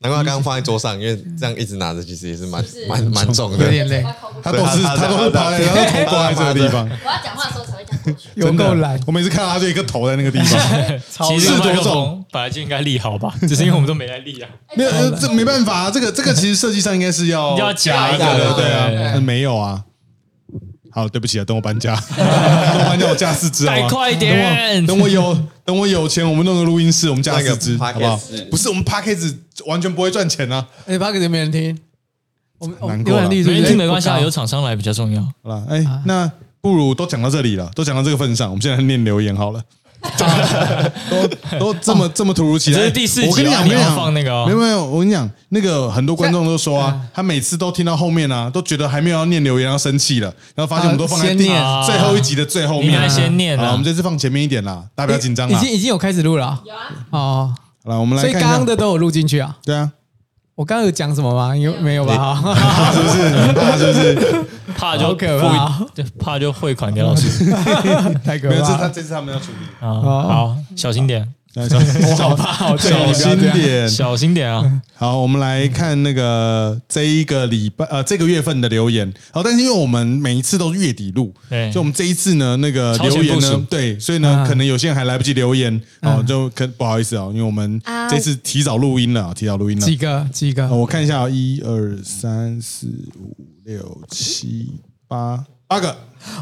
难怪他刚刚放在桌上，因为这样一直拿着，其实也是蛮是蛮蛮重有的。点累。他都是他都是爬在，他头挂在这个地方，我要讲话的时候才会讲过去。有够懒，我每次看到他就一个头在那个地 方，超其实是麦克多种风本来就应该立好吧，只是因为我们都没来 立啊，没有哎呃这没办法啊，这个这个其实设计上应该是要要夹一对对个，对啊，那没有啊。好，对不起啊，等我 搬家，等我搬家，我架四只好带吗？快点，啊等我有等我有钱，我们弄个录音室，我们架四只，那好个 podcast 不好？不是我们 p a c k a g e 完全不会浏览啊。哎，八个人没人听，我们我们难浏过了览率是没不人是听没关系啊，哎不高有厂商来比较重要。好了，哎，啊那不如都讲到这里了，都讲到这个份上，我们现在来念留言好了。都都这么这么突如其来，这是第四集啊我跟你讲，我你跟要你讲，放那个哦没有没有，我跟你讲，那个很多观众都说啊，他每次都听到后面啊，都觉得还没有要念留言，然后生气了，然后发现我们都放在啊第先念最后一集的最后你应面该啊。先念好，啊，我们这次放前面一点啦，大家不要紧张已啦。经已经有开始录了啊有啊，哦，好了，我们来所以看一刚下刚的都有录进去啊。对啊，我刚刚有讲什么吗？有没有吧？哈怕是不是？很怕是不是？啊怕就好可怕啊付一怕就汇款给老师 太可没有，这怕是他了。这次他们要处理。啊，好，小心点，来小心 好怕，好怕小心。点，小心点啊，好，我们来看那个这一个礼拜呃这个月份的留言。好，但是因为我们每一次都是月底录，对所以我们这一次呢那个超前留言部呢署，啊对，所以呢、嗯可能有些人还来不及留言，哦，嗯就可不好意思哦，因为我们啊这次提早录音了，提早录音了。几个几呃个，我看一下、哦，一二三四五六七八八个，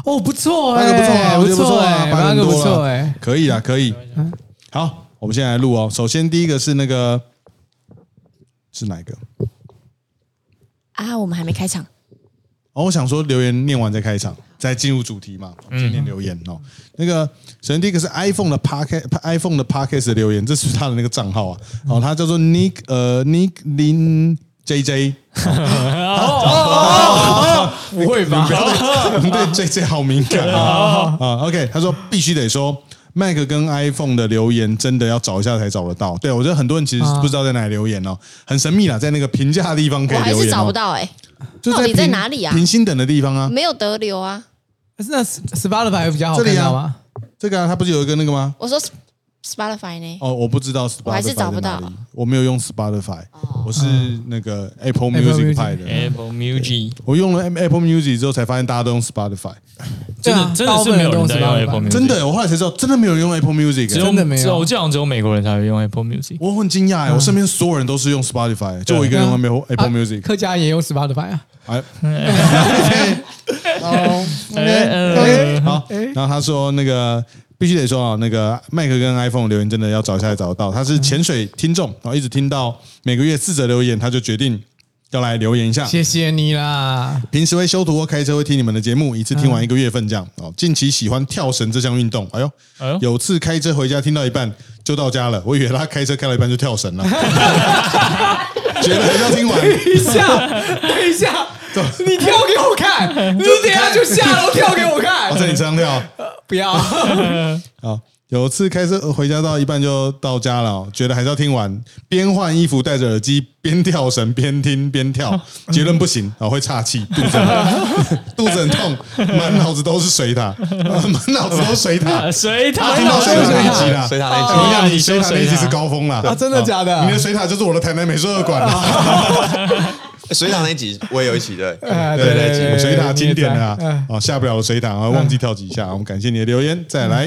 哦，不错八哎，个不错啊，我觉得不错啊，哎八八个个很不多错了哎，嗯可以啊，可以。好，我们现在来录哦。首先第一个是那个是哪一个？啊，我们还没开场，哦，我想说留言念完再开场，再进入主题嘛。今天留言哦，那个首先第一个是 iPhone 的 Pocket iPhone 的 Pocket 的留言，这是他的那个账号啊。哦，他叫做 Nick 呃 Nick Lin JJ，不会吧？嗯对 JJ 好敏感啊。啊，OK，他说必须得说。Mac 跟 iPhone 的留言真的要找一下才找得到。对我觉得很多人其实啊不知道在哪里留言哦，很神秘啦，在那个评价的地方可我以还留是言找不哦。到哎，就到底在评哪里啊评星等的地方啊，没有得流啊。可是那 Spotify 比较好这看里啊到吗？这个啊，它不是有一个那个吗？我说 Spotify 呢？哦，我不知道 Spotify 我还是找不在哪到哦里，我没有用 Spotify，、我是那个 Apple Apple Music Music 派的。 Apple Music，我用了 Apple Music 之后，才发现大家都用 Spotify。对真啊的真的是没有人在用 Apple Music，真的，我后来才知道，真的没有人用 Apple Music 只欸、有真的没有只我记得好像只有美国人才会用 Apple Music，我很惊讶、欸，我身边所有人都是用 Spotify，就我一个人用 Apple Apple 啊 Music。客家也有 Spotify 啊。哎，哦嗯哎哎呃哎好，然后他说那个必须得说啊，那个 Mac 跟 iPhone 留言真的要找一下才找得到。他是潜水听众，然后一直听到每个月四则留言，他就决定要来留言一下。谢谢你啦，平时会修图或开车会听你们的节目，一次听完一个月份这样。哦，近期喜欢跳绳这项运动，哎呦，嗯哎呦有次开车回家听到一半就到家了，我以为他开车开到一半就跳绳 了，觉得还要听完。等一下，等一下，你跳给 我看，你等一下就下楼跳给我看哦，在你车上跳。不要，好，有次开车回家到一半就到家了哦，觉得还是要听完，边换衣服戴着耳机边跳绳边听边哦跳，结论不行，啊，会岔气，肚子 很肚子很痛，满脑子都是水塔，哦满脑子都是水哎塔。水啊他塔听哦到水塔那一集啦，水塔那一集怎么样？你你水说塔那一集是高峰啦，啊真的假的你哦的水哦塔就是我的台南美术二馆啦，水塔那一集我也有一起 对，哎啊对对对，水塔经典的你也在啊嗯，哦，下不了的水塔啊，忘记跳几下，我们感谢你的留言，再来，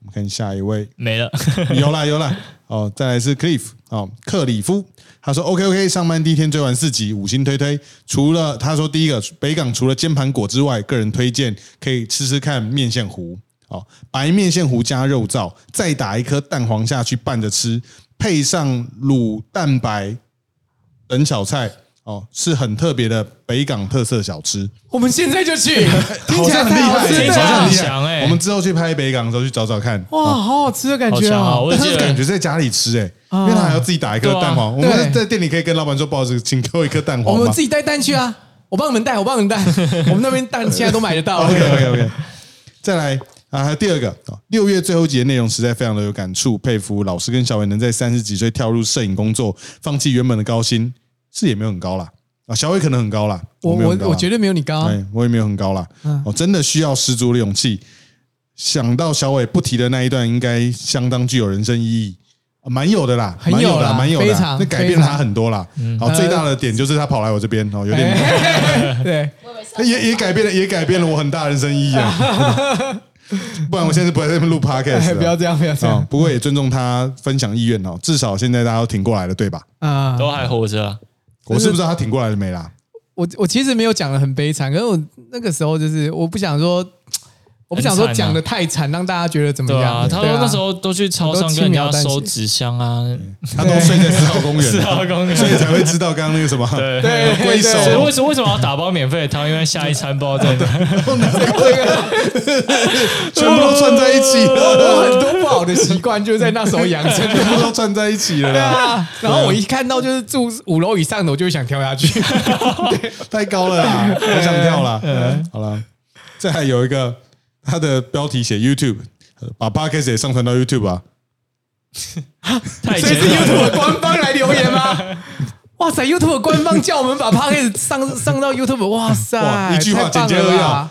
我们看下一位，没了， 有啦有啦，哦，再来是 Cliff 哦，克里夫，他说 OK OK，上班第一天追完四集，五星推推。除了他说第一个北港除了煎盘果之外，个人推荐可以吃吃看面线糊，哦，白面线糊加肉燥，再打一颗蛋黄下去拌着吃，配上卤蛋白等小菜，哦，是很特别的北港特色小吃。我们现在就去，听起 好像来很厉太好害，吃听了好起来像很厉很强害。欸我们之后去拍北港的时候去找找看，哇，好好吃的感好觉强啊！哦。我但记是感得觉在家里吃哎、因为他还要自己打一颗蛋黄。我啊对啊们对在店里可以跟老板说，不好意思，请给我一颗蛋我黄们吧自。己带蛋去啊，我帮你们带，我帮你们带， 我们那边蛋现在都买得到。 OK OK OK，再啊来啊，还有第二个哦六月最后一集的内容实在非常的有感触，佩服老师跟小伟能在三十几岁跳入摄影工作，放弃原本的高薪，是也没有很高啦啊，小伟可能很高啦，我没有我很高啦我绝对没有你高啊，哎，我也没有很高啦。嗯哦，真的需要十足的勇气。想到小伟不提的那一段，应该相当具有人生意义。蛮有的啦，很蛮有的啦，啦蛮有的非啦，常那改变非他常嗯呃很多啦。好，最大的点就是他跑来我这边 哦，有点哎 对， 也也改变了，也改变了我很大的人生意义啊。 不然我现在是不会在那边录 podcast 哎不要了。这样，不要这啊样，不过也尊重他分享意愿哦，至少现在大家都挺过来了，对吧？啊！都还活着啊。我是不知道他挺过来了没啦。我我其实没有讲的很悲惨，可是我那个时候就是我不想说，我不想说讲的太惨，让大家觉得怎么啊对样啊，？他说对那时候都去超商跟人家收纸箱啊，他都睡在四号 公园啊 四号了，公园。所以才会知道刚刚那个什么。对对对挥手所以为什么为什么要打包免费的汤？因为下一餐不知道在哪。全 部都串在一 起我 了，很多不好的习惯就是在那时候养成 全的。部都串在一起了对啦，啊，然后我一看到就是住五楼以上的，我就会想跳下去。太高了啦，太想跳啦。好了，这还有一个，它的标题写 YouTube，把 Podcast 也上传到 YouTube 啊。太所以前是面了 YouTube 的官方来留言吗？ 哇塞！YouTube 的官方叫我们把 p o d c a s 上上到 YouTube，哇塞！哇一句话太棒简洁扼要了啦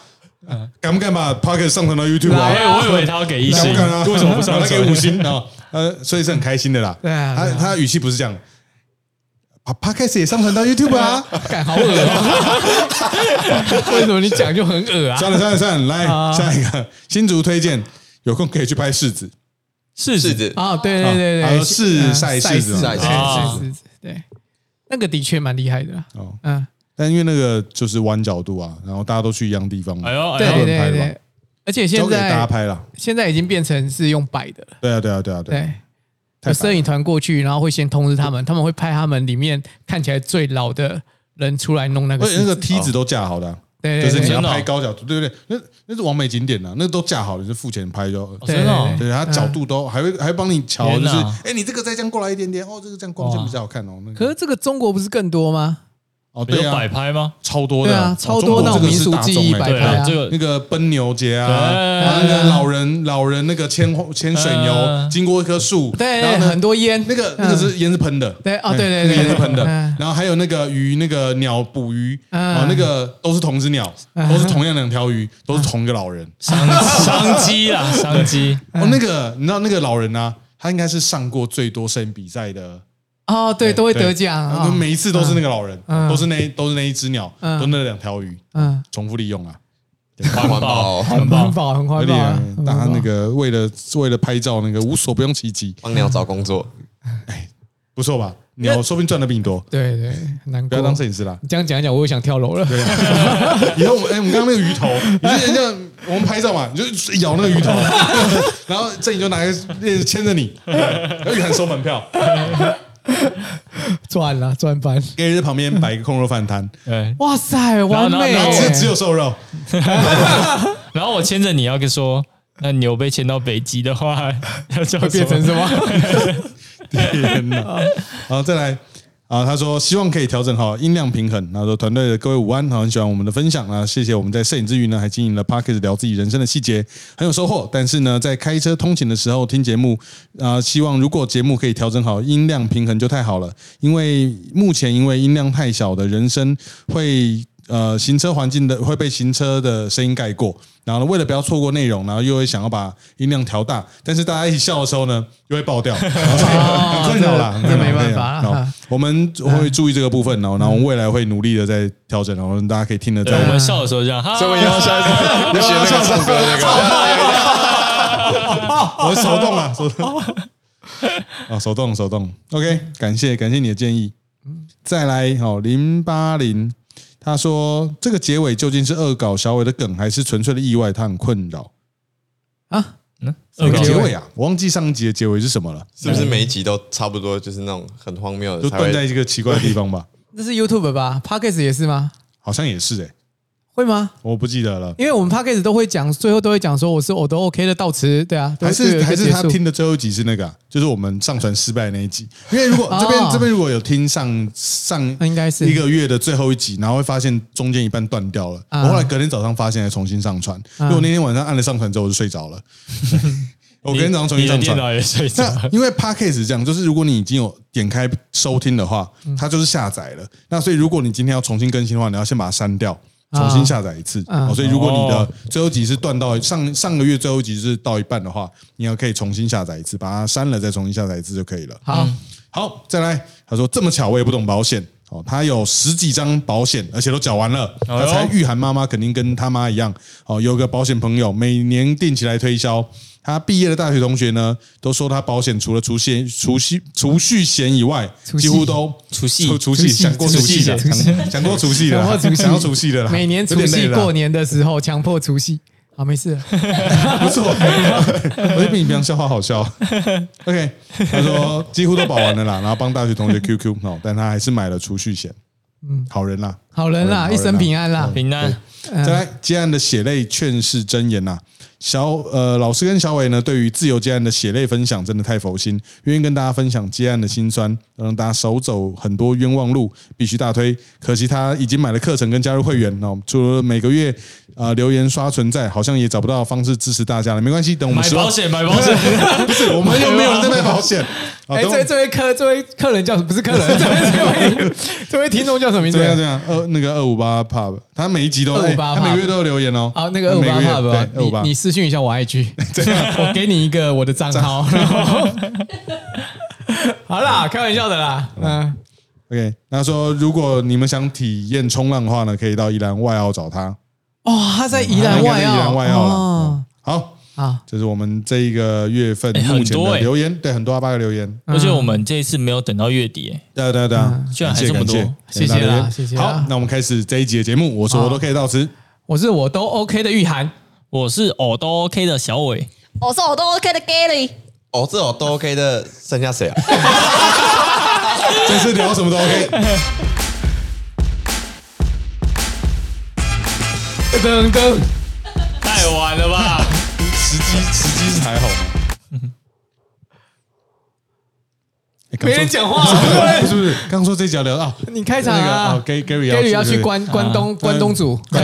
敢不敢把 Podcast 上传到 YouTube 我来啊？以哎我以为他要给一敢星不敢啊？，为什么不上拿给传五？星啊？呃，所以是很开心的啦。对啊他对啊他语气不是这样，把 Podcast 也上传到 YouTube 啊。干好恶哦！ 为什么你讲就很恶啊？算了算了算了，来啊下一个新竹推荐，有空可以去拍柿子。柿柿子啊，对对对啊还对有，试呃赛赛事嘛赛啊事，对，那个的确蛮厉害的啦。哦，嗯，但因为那个就是弯角度啊，然后大家都去一样地方嘛，哎呦，对哎对呦，对对，而且交现给大家在拍啦。现在已经变成是用摆的了，对啊对啊对啊对啊，对。太有摄白了影团过去，然后会先通知他们，他们会派他们里面看起来最老的人出来弄那个而狮且子，哎那个梯子都架好的啊、哦对就对是你对要真的哦拍高角度，对不对？那那是完美景点呐、啊，那个都架好了，你就付钱拍就。哦真的哦对嗯对，它角度都还会还会帮你瞧，天就是哪哎，你这个再这样过来一点点，哦，这个这样光线比较好看哦。那可个是这个中国不是更多吗？哦，有对啊摆，拍吗？超多对的啊，超多哦那中种国民这个是俗大记众忆哎摆对拍啊，啊，这个那个奔牛节啊，对然后那个老人老人那个牵牵水牛嗯经过一棵树，对然后对呢很多烟，那个那个是烟是喷的，对哦哎对对那个对烟是喷的嗯。然后还有那个鱼，那个鸟捕鱼，嗯哦，那个都是同只鸟，都是同样两条鱼，都是同一个老人。 商商机 啦，商机。哦，那个你知道那个老人呢，他应该是上过最多摄影比赛的，哦，对，都会得奖哎然后啊，每一次都是那个老人，嗯都是那都是那一只鸟，嗯都那两条鱼，嗯，重复利用啊。环环保保，很环环保，保，很环有保点啊，很环保大家那个为了为了拍照那个无所不用其极，帮鸟找工作，不错吧？鸟说不定赚的比你多。对对，很难不过要。当摄影师啦！你这样讲一讲，我又想跳楼 了。以后我们哎、我们刚刚那个鱼头，你就这样，我们拍照嘛，你就咬那个鱼头， 然后这里就拿个链子牵着你，然后鱼还收门票，赚了，赚翻！给人在旁边摆一个空肉饭摊，对。哇塞，完美然后只然只有瘦肉，然后我牵着你要跟说，那牛被牵到北极的话，要叫会变成么？什 么？天哪！然后再来。啊，他说希望可以调整好音量平衡。然后说团队的各位午安，好，很喜欢我们的分享啊，谢谢。我们在摄影之余呢，还经营了 p a c k e t 聊自己人生的细节，很有收获。但是呢，在开车通勤的时候听节目，啊，希望如果节目可以调整好音量平衡就太好了。因为目前因为音量太小的人声会呃行车环境的会被行车的声音盖过，然后呢，为了不要错过内容，然后又会想要把音量调大，但是大家一起笑的时候呢，又会爆掉， 很困扰啦，这很困扰这没办法啦很困扰好我们会注意这个部分哦，然后我们未来会努力的在调整，然后大家可以听得对，我在。们笑的时候 这样，哈，所以要下一次要学那个唱歌那个，我手动啊，手动啊，手动手动。OK，感谢感谢你的建议。再来，好零八零，他说这个结尾究竟是恶搞小伟的梗，还是纯粹的意外？他很困扰。啊，嗯这恶个搞结尾啊，我忘记上一集的结尾是什么了， 是不是每一集都差不多，就是那种很荒谬就的才断在会？一个奇怪的地方吧？这是 YouTube 吧？Podcast 也是吗？好像也是哎、会吗？我不记得了。因为我们 Podcast 都会讲，最后都会讲说我是我都 OK 的到词，对啊，都还都有是一个还是他结束听的最后一集是那个啊、就是我们上传失败的那一集。因为如果这边、哦这边如果有听上上那应该是一个月的最后一集，然后会发现中间一半断掉了。啊我后来隔天早上发现，还重新上传。因为我那天晚上按了上传之后，我就睡着 了。我隔天早上重新你的上电传。脑也睡着。 那因为 Podcast 是这样，就是如果你已经有点开收听的话，它就是下载了。那所以如果你今天要重新更新的话，你要先把它删掉，重新下载一次。啊哦，所以如果你哦的最后集是断到上上个月最后集是到一半的话，你要可以重新下载一次，把它删了再重新下载一次就可以了。好，好，再来，他说这么巧我也不懂保险。哦，他有十几张保险，而且都缴完了。哎呦他才玉涵妈妈肯定跟他妈一样，哦，有个保险朋友每年定期来推销。他毕业的大学同学呢，都说他保险除了除险、除息、除续险以外，除几夕乎都除夕除除夕除夕想过除夕的，除夕想想过除夕的想过啦，除夕想要除夕的啦。每年除有点夕累了啦过年的时候强迫除夕，好，没事了，不错， 我就比你平常笑话好 笑。OK，他说几乎都保完了啦，然后帮大学同学 QQ 哦，但他还是买了储蓄险。嗯，好人啦。好人好人好啦，人一生平安啦，平安，再来，接案的血泪劝世真言呐、啊小呃，老师跟小伟呢，对于自由接案的血泪分享真的太佛心，愿意跟大家分享接案的辛酸，让大家少走很多冤枉路，必须大推。可惜他已经买了课程跟加入会员哦，除了每个月呃留言刷存在，好像也找不到方式支持大家了。没关系，等我们买十万保险，买保险，不是， 我们又没有人在卖保险。好，啊哦哎，等我这位这位客这位客人叫什么？不是客人， 这位这位这位听众叫什么名字对？啊对啊，二那个二五八 pub，他每一集都哎258他每个月都有留言哦。好，那个二五每八月 pub，啊对二五八啊你你私讯一下我 IG，我给你一个我的 账号。 好啦，开玩笑的啦，嗯， OK，那他说如果你们想体验冲浪的话呢，可以到宜兰外澳找他。哦，他在宜兰他应该外在宜澳，兰外澳了哦，好，啊，这是我们这一个月份哎目很前多的哎留言，对，很多啊八个留言。而且我们这一次没有等到月底，哎对啊对啊对啊，嗯居然还感谢这么多感谢谢大家留言啦谢谢啦好，那我们开始这一集的节目，我说我都可以到 此。我是我都 OK 的玉涵，我是哦都 OK 的小伟，我说我都 OK 的 Gary，哦，这种都 OK 的，剩下谁啊？这次聊什么都 OK。噔噔，太晚了吧？时机时机是还好吗？ 哎没人讲话啊， 不是不是，刚说这一集要聊啊，你开场那个啊哦，Gary Gary ，Gary 要去关关关嗯东关东煮，关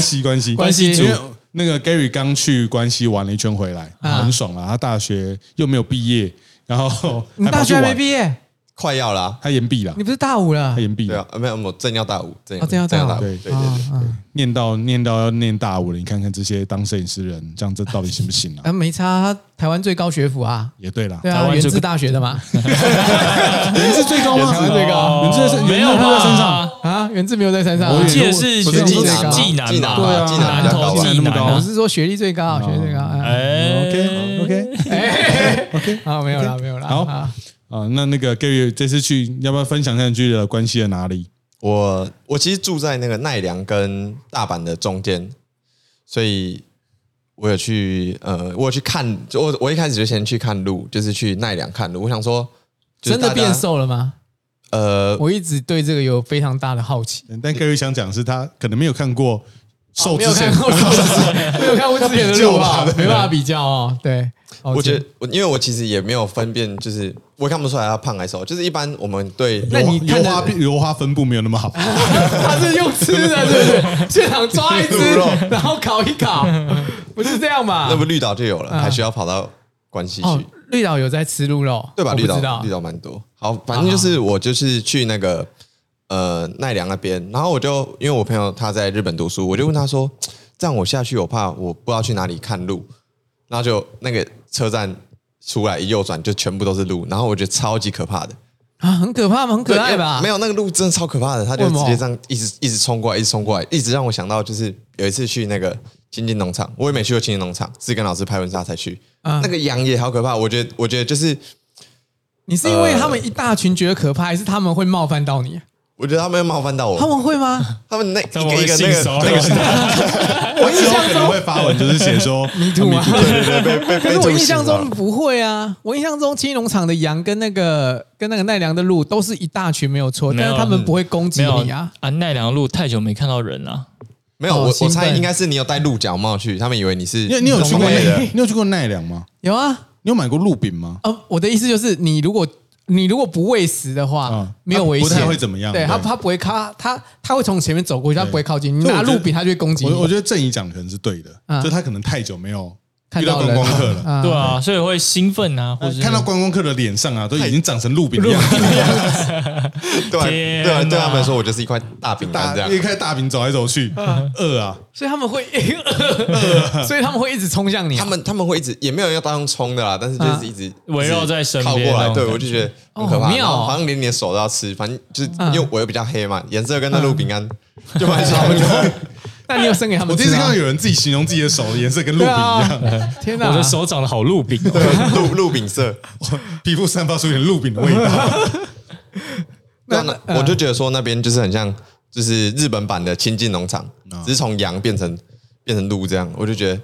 系 关系关系关系因为那个 Gary 刚去关西玩了一圈回来，啊很爽啦。他大学又没有毕业，然后 你大学还没业，毕业，快要啦，他延毕了你，不是大五了他？延毕对了啊，，啊没有，我正要大五，正哦正要大五大五，对对对对。啊啊念到念到要念大五了。你看看这些当摄影师人，这样这到底行不行 啊？啊，没差，他台湾最高学府啊，也对啦，对台啊，湾源最自大学的嘛，人 是最 高吗？哦台湾最高人是没有人是在身吧上？啊，源自没有在山上啊，我我记也得是不是学我济记得南，济南济吧南对啊吧，济南南比较高投吧济那么南高哦啊我是说学历最高，学历最高，哎，哎 OK OK。哎，OK 好，没有啦，没有啦，好啊啊，那那个 Gary 这次去，要不要分享一下你去的关系在哪里？我我其实住在那个奈良跟大阪的中间，所以我有去呃，我有去看，就我我一开始就先去看路，就是去奈良看路。我想说，就是真的大家变？瘦哦了吗？呃，我一直对这个有非常大的好奇，但 Gary 想讲的是他可能没有看过瘦哦没之有前 看，过， 没有看过之前的路啊，没办法比较哦，对，我觉得，得我因为我其实也没有分辨，就是我也看不出来他胖还是瘦，就是一般我们对那你油看的花油花分布没有那么好。他是用吃的，是不 是？现场抓一只鹿肉，然后烤一烤，不是这样吧那？不绿岛就有了，还需要跑到关西啊哦去。，绿岛有在吃鹿肉，对吧？我不绿岛知道绿岛蛮多。好，反正就是我就是去那个呃奈良那边，然后我就因为我朋友他在日本读书，我就问他说，这样我下去我怕我不知道去哪里看路，然后就那个车站出来一右转就全部都是路，然后我觉得超级可怕的，啊，很可怕吗？很可爱吧？没有那个路真的超可怕的，他就为什么直接这样一直一直冲过来，一直冲过来，一直让我想到就是有一次去那个。青青农场，我也没去过青青农场，是跟老师拍婚纱才去。嗯那个羊也好可怕，我觉得，我觉得就是你是因呃为他们一大群觉得可怕，还是他们会冒犯到你？我觉得他们会冒犯到我，啊他 们会吗？他们那一他们个会一个信那手个那个 是我印之后可象能中会发文，就是写 说迷，me too 吗？对啊哎对被被可是被我注印醒象了中不会啊，我印象中青农场的羊跟那个跟那个奈良的鹿都是一大群没有错，没但有是他们不会攻击没有你啊。啊！奈良路太久没看到人了，没有哦我兴我奋猜应该是你有戴鹿角帽去，他们以为你是你你有去东过北 奈的，你有去过奈良吗？有啊，你有买过鹿饼吗？呃，我的意思就是，你如果你如果不喂食的话，嗯没有危险，它不太会怎么样对对他，他不会靠他，他会从前面走过去，他不会靠近你。所以拿我觉得鹿饼，他就会攻击你。我我觉得正义讲的可能是对的嗯，就他可能太久没有看遇到人观光客了啊对啊，所以会兴奋啊，呃或者看到观光客的脸上啊，都已经长成鹿饼一样，对啊天对啊，哪对他们来说，我就是一块大饼干大这一样。开大饼走来走去，饿啊，所以他们会， 所以他们会一直冲向你他啊。们他们会一直也没有要当中冲的啦，但是就是一直围绕在身嗯边靠过那来，种对感我就觉得很哦可怕，好妙然后哦好像连你的手都要吃，反正就是嗯因为我又比较黑嘛，颜色跟那鹿饼干就蛮像的。那你有生给他我们第吃一次吗？看到有人自己形容自己的手的颜色跟鹿啊对饼一样，啊，天哪！我的手长得好鹿饼 嗯哦，对鹿鹿饼色，皮肤散发出一点鹿饼的味道。对啊呃那我就觉得说那边就是很像，就是日本版的亲近农场，哦只是从羊变成变成鹿这样，我就觉得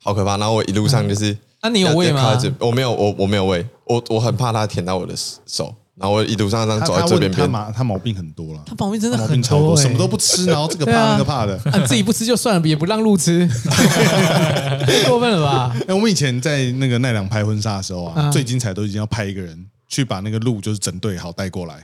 好可怕。然后我一路上就是，那嗯啊你有喂吗要靠在这我没有，我我没有喂，我我很怕它舔到我的手。然后我一路上这样走在最边 他边，毛他毛病很多了，他毛病真的毛病很超多，欸什么都不吃，然后 这个对怕啊那个怕的。啊，自己不吃就算了，也不让 路吃，太过分了吧？哎，我们以前在那个奈良拍婚纱的时候啊，嗯最精彩都已经要派一个人去把那个鹿就是整队好带过来。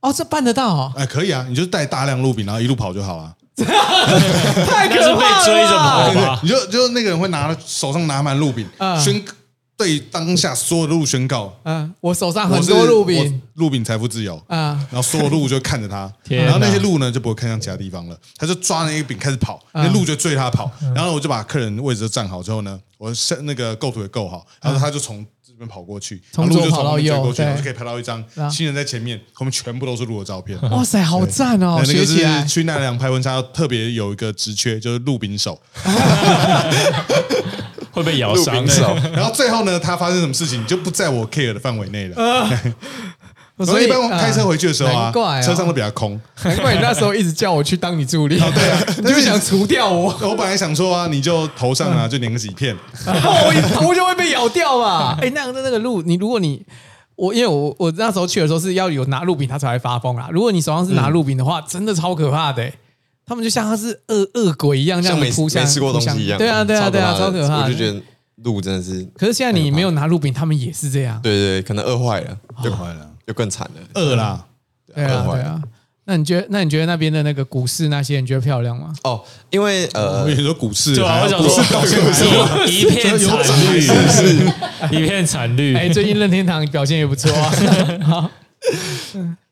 哦，这办得到、哦，哎，可以啊，你就带大量鹿饼，然后一路跑就好啊。太应该是可被怕了吧！追着跑对对吧？你就就那个人会拿手上拿满鹿饼，嗯宣对当下所有的鹿宣告，嗯，我手上我很是多鹿饼，我鹿饼财富自由。啊，然后所有鹿就看着他，天哪然后那些鹿呢就不会看向其他地方了，他就抓那个饼开始跑，啊那鹿就追他跑，嗯然后我就把客人位置都站好之后呢，我是那个构图也够好，然后他就从这边跑过去，嗯从然后鹿就左跑到从右追过去，对然后就可以拍到一张啊新人在前面，后面全部都是鹿的照片。哇塞，好赞哦，那那学个起来是。去奈良拍婚纱特别有一个职缺，就是鹿饼手。会被咬鹿哦伤饼。手， 然后最后呢，他发生什么事情就不在我 care 的范围内了。所呃所以以一般我开车回去的时候难怪啊，哦车上都比较空。 难怪你那时候一直叫我去当你助理，对啊，你 就想除 掉我，我本来想说啊，你就头上嗯啊就粘个几片，然后我一头就会被咬掉吧？哎，那样的那个鹿，你如果你我因为我我那时候去的时候是要有拿鹿饼，它才会发疯啦。如果你手上是拿鹿饼的话，真的超可怕的、欸他们就像他是恶恶鬼一样，这样像没子扑向没吃过东扑向西一样。对啊，对啊，对啊，超可的怕的。我就觉得鹿真的是，可是现在你没有拿鹿饼，他们也是这样。对对，对可能饿坏了，就哦坏 了，就更惨了。饿啦。对啊，饿坏对了啊。那你觉得，那你觉得那边的那个股市那些，你觉得漂亮吗？哦，因为呃我跟，你说股市，对啊，我想说股 市搞什么一一片惨 绿，是一片惨绿。哎，最近任天堂表现也不错啊。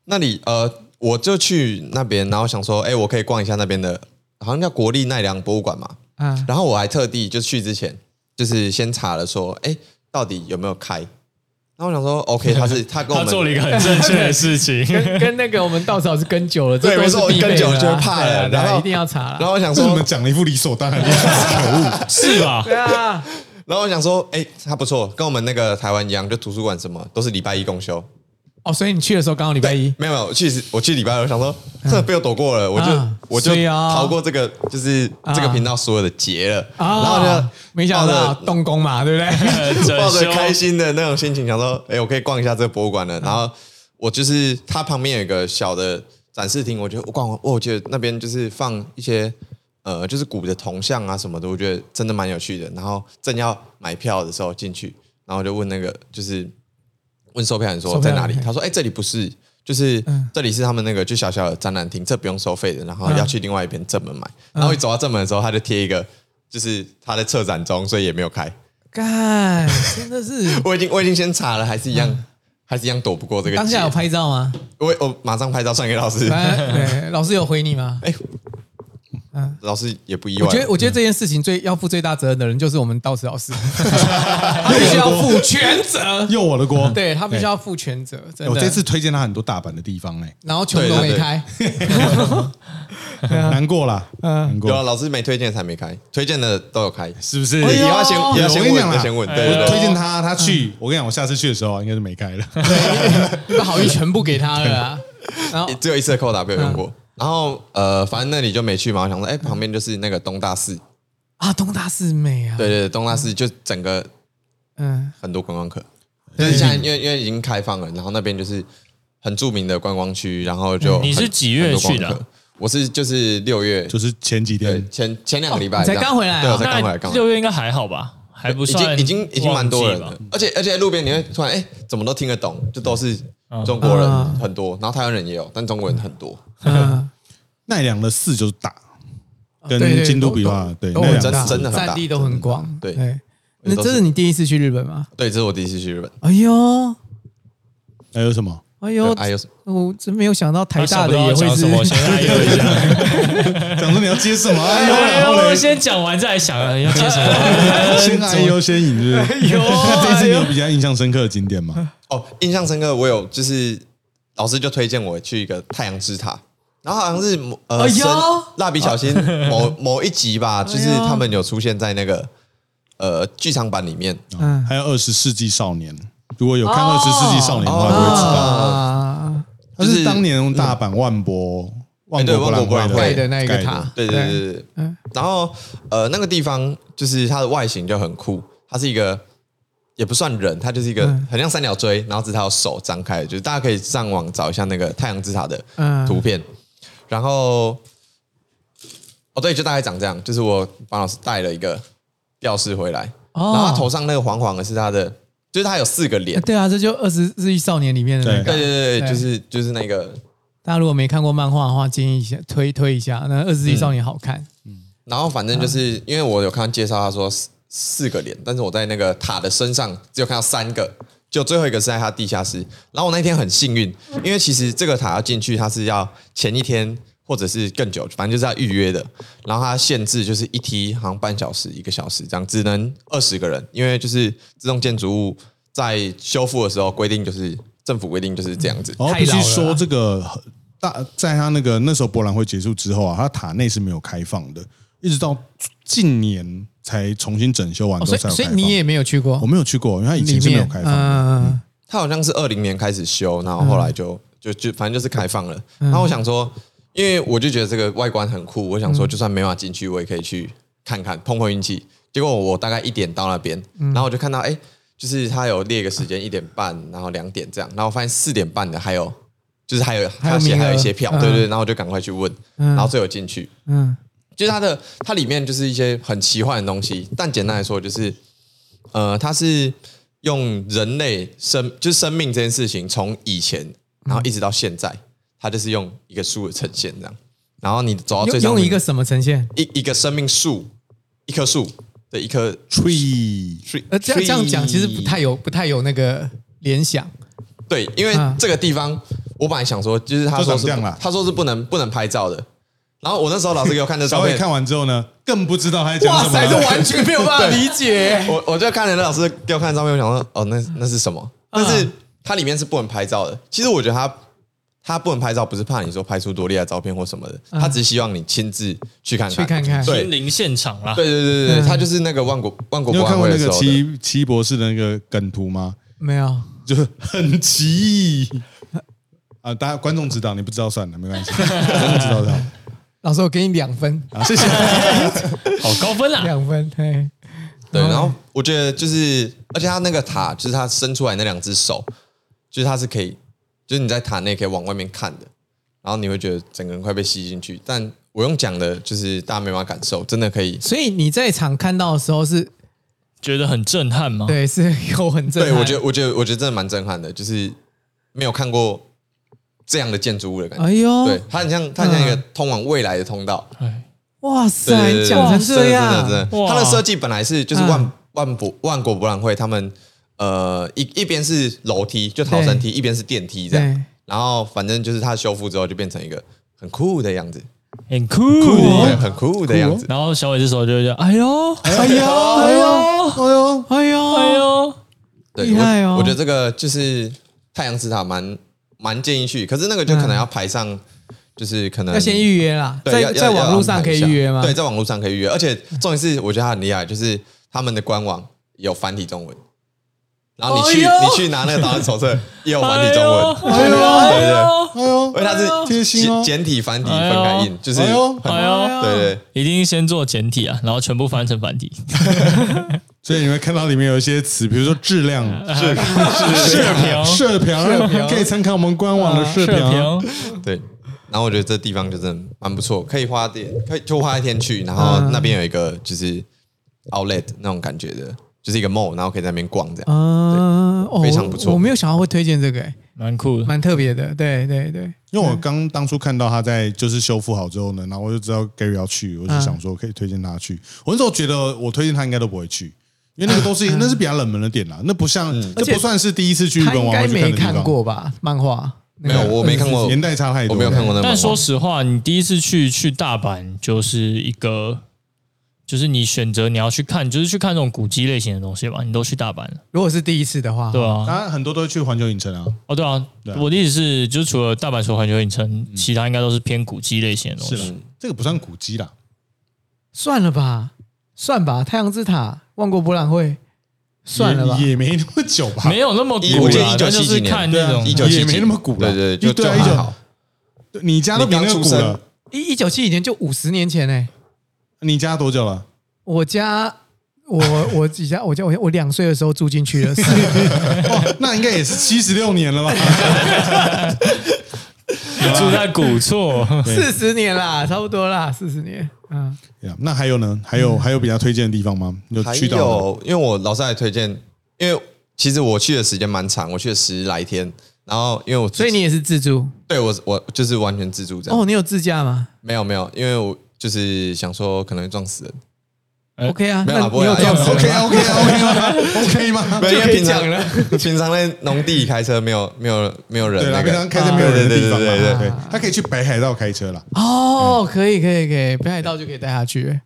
那里呃，我就去那边，然后想说，哎，我可以逛一下那边的，好像叫国立奈良博物馆嘛。啊，然后我还特地就去之前，就是先查了说，哎，到底有没有开？然后我想说，OK，他 是他跟我他们做了一个很正确的 事情，跟跟那个我们稻草是跟久了，对这都我说我是必备的啊跟久了就会怕了对啊对啊然后一定要查然了。后我想为什么说，讲了一副理所当然的样子？是吧？对啊，然后我想说，哎，他不错，跟我们那个台湾一样，就图书馆什么都是礼拜一公休。哦，所以你去的时候刚好礼拜一，嗯没有没有，我去我去礼拜二，想说这被我躲过了，我就啊我就所以啊逃过这个就是这个啊频道所有的劫了，然啊，后就没想到抱着动工嘛，对不对？呃 抱整着开修心的那种心情，想说哎，我可以逛一下这个博物馆嗯了。然后我就是它旁边有一个小的展示厅，我觉得我逛完，哦我觉得那边就是放一些呃就是古的铜像啊什么的，我觉得真的蛮有趣的。然后正要买票的时候进去，然后我就问那个就是问售票员说售票在员哪里嘿，他说：“哎、这里不是，就是、嗯这里是他们那个就小小的展览厅，这不用收费的。然后嗯要去另外一边正门买。然后一走到正门的时候，他就贴一个，就是他在策展中，所以也没有开。 干，真的是 我已经我已经先查了，还是一样，还是一样躲不过这个。嗯当下有，拍照吗？我我马上拍照传给老师。 反正对老师有回你吗？哎、老师也不意我外。觉得，我觉得这件事情最要负最大责任的人就是我们道士老师， 他必须要负全责， 又我的锅。 对他必须要负全责，真哎，的。我这次推荐他很多大阪的地方哎，然后穷都没开，嗯难过啦，难有啊，过，老师没推荐才没开，推荐的都有开。是不是？也要先哎我也要跟先你问，讲啦要先问，对哎对呦我对推荐他，他嗯去。我跟你讲，我下次去的时候应该是没开 了。你把好运全部给他了啊。然后只有一次的扣打被我用过。嗯然后呃，反正那里就没去嘛，我想说，哎、旁边就是那个东大寺，啊，东大寺美啊，对，对对，东大寺就整个 嗯，很多观光客，就是现在因为因为已经开放了，然后那边就是很著名的观光区，然后就嗯你是很几月去的很多观啊光客我是就是六月，就是前几对天，前前两个礼哦拜你这才样刚回来啊对，我才刚回来，那刚回来六月应该还好吧？还不已经算已经已经蛮多人旺季了吧，而且而且路边你会突然哎，怎么都听得懂，就都是啊中国人嗯很多，然后台湾人也有，但中国人很多，嗯，奈良的寺就是大，对跟啊对京都比的话，都对，都奈很良真大，真的很大占地都很广，对对。那都这是你第一次去日本吗？对，这是我第一次去日本。哎呦，还有什么？哎呦，还有什么我真没有想到台大他想的不到也要会讲是 什么，我先来一下。讲说你要接什么？ 哎呦，哎然后我嘞，先讲完再来想呃要接什么。先哎呦先引 是不是？ 有啊这是你有比较印象深刻的景点吗？哦，印象深刻，我有就是老师就推荐我去一个太阳之塔，然后好像是某呃哎神呦蜡笔小新 某某一集吧，就是哎他们有出现在那个呃剧场版里面。嗯还有二十世纪少年，如果有看二十世纪少年的话，就会知道，啊，它是当年大阪万博万哎对博博览万博博览会会盖的那个盖的塔，对对对对对，嗯然后呃那个地方就是它的外形就很酷，它是一个。也不算人，它就是一个嗯很像三角锥，然后只是它有手张开，就是大家可以上网找一下那个太阳之塔的嗯图片。然后，哦对，就大概长这样，就是我帮老师带了一个吊饰回来，哦然后他头上那个黄黄的是他的，就是他有四个脸。对啊，这就二十世纪少年里面的那对个。对对对对，就是就是那个，大家如果没看过漫画的话，建议一下推推一下，那二十世纪少年好看。然后反正就是因为我有看介绍，他说四四个脸，但是我在那个塔的身上只有看到三个，就最后一个是在他地下室。然后我那天很幸运，因为其实这个塔要进去，它是要前一天或者是更久，反正就是要预约的。然后它限制就是一梯好像半小时、一个小时这样，只能二十个人，因为就是自动建筑物在修复的时候规定就是。政府规定就是这样子，然后太必须老了哦说，这个大在他那个那时候博览会结束之后啊，他塔内是没有开放的，一直到近年才重新整修完哦，之后所以才有开所以放。你也没有去过我没有去过，因为他以里前是没有面，开嗯放的。嗯它好像是二零年开始修，然后后来就、就就反正就是开放了。嗯然后我想说，因为我就觉得这个外观很酷，我想嗯说就算没办法进去，我也可以去看看碰碰运气。结果我大概一点到那边，嗯然后我就看到哎、就是它有列个时间一点半，然后两点这样，然后我发现四点半的还有。就是还有，还有他写名额还有一些票，嗯对对，然后我就赶快去问，嗯然后最后进去，嗯就是它的它里面就是一些很奇幻的东西，但简单来说就是，呃，它是用人类生就是生命这件事情，从以前然后一直到现在，它就是用一个树的呈现这样，然后你走到最用上用面一个什么呈现？一一个生命树，一棵树的一棵 Tree， tree，呃，这样 tree 这样讲其实不太有不太有那个联想。对，因为嗯这个地方，我本来想说，就是他说就长是这样啦他说是不能不能拍照的，然后我那时候老师给我看的稍照微片，看完之后呢，更不知道他在讲哇什么塞，了。这完全没有办法理解。我我就看了那老师给我看照片，我想说，哦，那那是什么？嗯但是它里面是不能拍照的。其实我觉得他他不能拍照，不是怕你说拍出多厉害的照片或什么的，他只希望你亲自去看看，嗯去看嗯看对心灵现场啦，对对对对对，他就是那个万国万国啊博你有看览过会那的时个候的。奇奇异博士的那个梗图吗？ 没有，就是很奇异啊！大家观众知道，你不知道算了，没关系，观众知道就好。老师，我给你两分，啊，谢谢。好高分啊！两分。嘿，对，然后我觉得就是，而且他那个塔就是他伸出来那两只手，就是它是可以，就是你在塔内可以往外面看的，然后你会觉得整个人快被吸进去。但我用讲的，就是大家没办法感受，真的可以所以你在场看到的时候是，觉得很震撼吗？对，是有很震对，撼。我觉得，我觉得，我觉得真的蛮震撼的，就是没有看过这样的建筑物的感觉。哎呦，对，它很像，它很像一个通往未来的通道。哎，哇对塞，对你对讲成真的这真的样，真的。哇它的设计本来是就是嗯万万博万国博览会，他们呃一一边是楼梯，就逃生梯，一边是电梯这样对。然后反正就是它修复之后就变成一个很酷的样子，很哦酷。对，很酷的样子。然后小伟这时候就会讲：“哎呦，哎呦，哎呦，哎呦，哎呦，哎呦，对，厉害哦我我觉得这个就是太阳之塔蛮蛮建议去，可是那个就可能要排上，就是可能嗯要先预约啦，对在要在要网络上可以预约吗？要安排一下对，在网络上可以预约，而且重点是，我觉得它很厉害，就是他们的官网有繁体中文，然后你去、哎呦你去拿那个导览手册也有繁体中文，哎呦，哎呦，哎对对，因呦，为它是贴心哦简简体繁体分开印，就是哎呦很、哎啊呦！”对对。一定先做简体啊，然后全部翻成繁体。所以你会看到里面有一些词，比如说质量、啊是是 平射频，可以参考我们官网的射射频。啊平，对，然后我觉得这地方就真的蛮不错，可以花点，可以就花一天去，然后嗯那边有一个就是 outlet 那种感觉的，就是一个 mall，然后可以在那边逛这样。嗯，哦非常不错我没有想到会推荐这个，哎蛮酷的。蛮特别的。对对对，因为我刚当初看到他在就是修复好之后呢，然后我就知道 Gary 要去，我就想说可以推荐他去。我那时候觉得我推荐他应该都不会去，因为那个都嗯是、那是比较冷门的点啦，那不像、那不算是第一次去日他本应玩该会去看没的地看方。过吧？漫画没有，我没看过，年代差太多，我没有看过那个漫画。但说实话，你第一次去去大阪就是一个，就是你选择你要去看，就是去看这种古迹类型的东西吧。你都去大阪了，如果是第一次的话，对啊，当然很多都是去环球影城啊，哦对啊对啊，我的意思是，就是除了大阪除了环球影城，其他应该都是偏古迹类型的东是西。啦，这个不算古迹啦，算了吧，算吧，太阳之塔、万国博览会，算了吧。也也没那么久吧，没有那么古我记得啦， 1977但就是看对那啊种一九七也没那么古啦对对，就对就啊还好。对你家都比那个你刚古出了生，一一九七几年就五十年前呢、你家多久了？我家我我 几家我家我我两岁的时候住进 去的，是哦，那应该也是七十六年了 吧？住在古厝，四十年啦，差不多啦，四十年。嗯， Yeah，那还有呢？还有还有比较推荐的地方吗？有还去到的有，因为我老师还推荐，因为其实我去的时间蛮长，我去了十来天。然后因为我自己，所以你也是自住对我我就是完全自助这样。哦？你有自驾吗没有没有，因为我就是想说可能会撞死人。哎？OK 啊，呃没有那啦不你会有啦撞死人 OK 吗？ OK OK OK 吗？对，因为平啊就可以讲常 平常在农地开车没有没有没有人对啦，啊那平常个，啊开车没有人的地方嘛，啊对对对对对，他可以去北海道开车啦。哦，可以可以可以，北海道就可以带他去。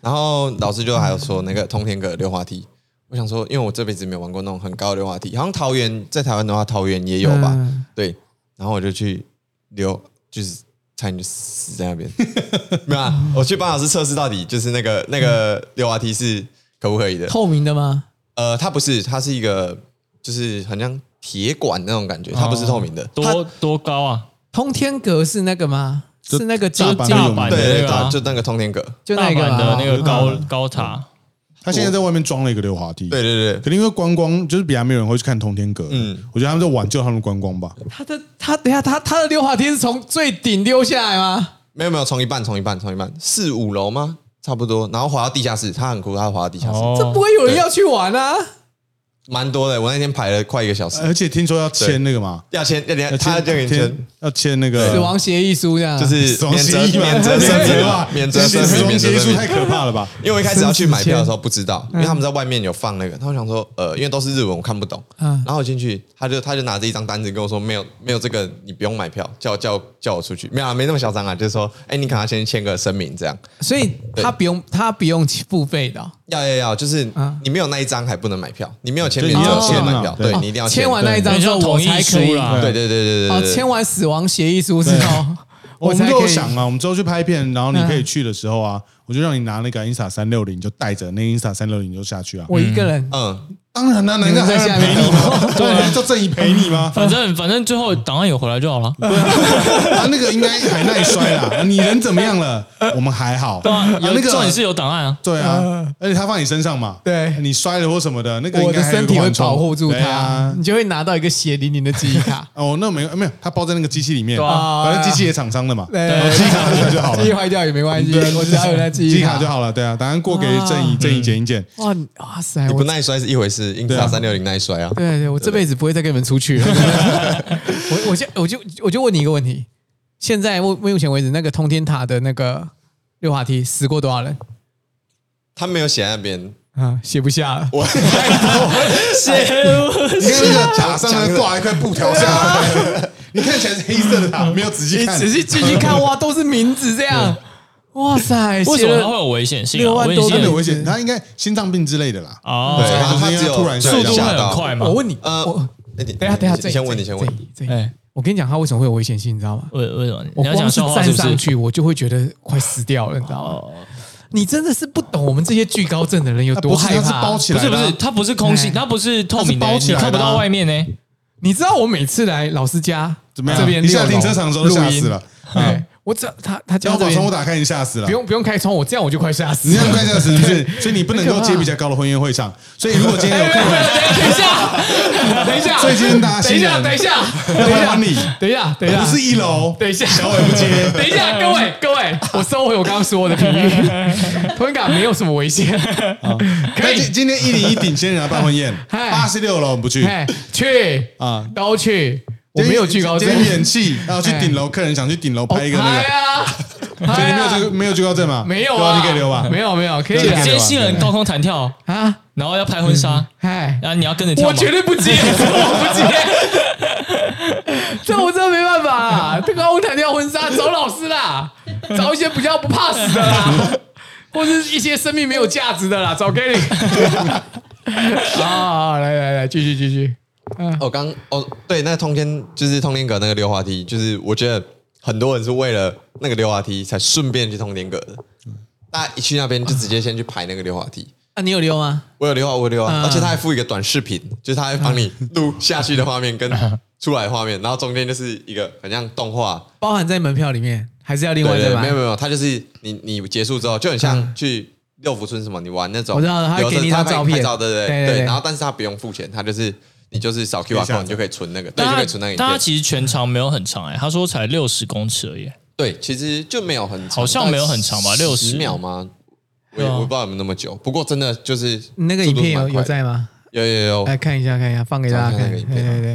然后老师就还有说那个通天阁溜滑梯。我想说，因为我这辈子没有玩过那种很高的溜滑梯，好像桃园在台湾的话，桃园也有吧？嗯对，然后我就去溜，就是差点就死在那边。 没有、啊，我去帮老师测试到底就是那个那个溜滑梯是可不可以的。透明的吗？呃，它不是，它是一个就是很像铁管那种感觉，它不是透明的。它哦多多高啊？通天阁是那个吗？就是那个就是金大金阪对对的那对个啊，就那个通天阁。就大那个阪啊的那个嗯高高塔，他现在在外面装了一个溜滑梯，对，对对，可能因为观光就是比较没有人会去看通天阁，嗯嗯，我觉得他们在挽救他们的观光吧。他的他等一下他他的溜滑梯是从最顶溜下来吗？没有没有，从一半从一半从一半，四五楼吗？差不多，然后滑到地下室，它很酷，它滑到地下室，哦这不会有人要去玩啊！蛮多的。我那天排了快一个小时，呃而且听说要签那个嘛，要签，要要签，签他就给你签，要签那个死亡协议书这样，就是死亡免责协议嘛免责声免责明吧嘛，免责声死明，亡免责协议声书明太。可怕了吧？因为我一开始要去买票的时候不知道，因为他们在外面有放那个，他们想说，呃，因为都是日文，我看不懂。嗯然后我进去，他就他就拿着一张单子跟我说，没有没有这个，你不用买票，叫叫叫我出去。没有、啊，没那么嚣张啊，就是说，哎，你可能要先签个声明这样。所以他不用他不用付费的哦，要要要，就是嗯你没有那一张还不能买票，你没有签对名你只要有签签啊买票，对对哦你一定要签签完那一张你之后就我同才意可以书啦，对对对对对哦，对对，签完死亡协议书之后，我才们可就以想啊，我们之后去拍片，然后你嗯可以去的时候啊，我就让你拿那个 Insta 三六零，就带着那 Insta 三六零就下去啊。 我一个人嗯，当然啦，难道还有人陪你 吗？啊对，啊就正义陪你吗？反正反正最后档案有回来就好了。他啊那个应该还耐摔啦。你人怎么样了？我们还好。对啊，那有重个点是有档案啊。对啊，而且他放你身上嘛，嗯对你摔了或什么的，那个我应该的还有身一个体会缓冲保护住对啊。他，你就会拿到一个血淋淋的记忆卡哦，那没有没有，它包在那个机器里面，对啊反正机器也厂商的嘛，对哦机器厂商就好了 记忆，坏掉也没关系，我只要有那记机忆器卡卡就。好了，对啊，档案过给正义，正义剪一剪，哇你哇塞！你不我耐摔是一回事，英对啊萨三六零耐摔啊，对对，我这辈子不会再跟你们出去了。 我我现我就我就问你一个问题：现在目目前为止，那个通天塔的那个溜滑梯死过多少啊人？他没有写在那边，啊，写不下了。我你看那个塔上面挂了一块布条下啊来，你看起来是黑色的塔，没有仔细你看，仔细进去看，哇，都是名字这样。哇塞， 为什写么了它会有危险性六啊？万危多险真的性有危险，他应该心脏病之类的啊啦，对，啊哦，然后所他以他只有突然速度会吓到很快嘛我？问你，呃我哎你等一下等一下，这你先问，你先问，，这一这一哎，我跟你讲，他为什么会有危险性，你知道吗？为为什么？我你要光讲是笑话站是不哦上是？去，我就会觉得快死掉了，你知道吗？你真的是不懂我们这些惧高症的人有它多不是害它是怕啊。包起不来的是啊，不是，它不是空哎心，它不是透明的它是包，起你来的啊看不到外面呢。你知道我每次来老师家怎么样这边一下六楼停车场的时候就吓死了录音对，我只要他他然家后这把窗户边打开，你吓死了不。用不用开窗，我这样我就快吓死你了这。样快吓死，是不是？所以你不能够很可怕接比较高的婚宴会 上。所以如果今天有客人，等一下，等一下，最近大家等一新下，人等一下，要等一来下帮，你，等一下，等一下，不是一楼，等一下，小伟不接，等一下，各位各位，我收回我刚刚说的评 语，吞感没有什么危险，可那以今今天一零一顶仙人来办婚宴，嗨八十六楼我们不去哎，去啊啊，都去，我没有惧高症哦今，天演戏，然后去顶楼，客人想去顶楼拍一个那拍个，啊，所以你没有这个没有惧高症嘛？没有对啊，啊，你可以留吧。没有没有，可以这啊些新人高空弹跳，啊，然后要拍婚纱，哎。然后你要跟着跳我吗？绝对不接，这我不接，这我真的没办法啦。这个高空弹跳婚纱找老师啦，找一些比较不怕死的啦，或是一些生命没有价值的啦，找 g a r 啊，来来来，继续继续。哦，刚哦，对，那个通天就是通天阁那个溜滑梯，就是我觉得很多人是为了那个溜滑梯才顺便去通天阁的。嗯大家一去那边就直接先去排那个溜滑梯。啊，你有溜吗？我有溜滑，我有溜滑，嗯而且他还附一个短视频，就是他会帮你录下去的画面跟嗯出来的画面，然后中间就是一个很像动画，包含在门票里面，还是要另对外再对，买？没有没有，他就是你你结束之后就很像去六福村什么，你玩那种，嗯我知道他会留着给你一他张拍照片拍照对对对对对对然后但是他不用付钱，他就是你就是扫 QR 下载 code 你就可以存那个，对，但就他可以存那个影但他片。其实全长没有很长哎、他说才六十公尺而已。对，其实就没有很长，好像没有很长吧十60秒吗？我对也啊我不知道有没有那么久，不过真的就是你那个影片有速度蛮快有的在哎吗？有有有，来看一下看一下，放给大家找一下看。那个对影片对对，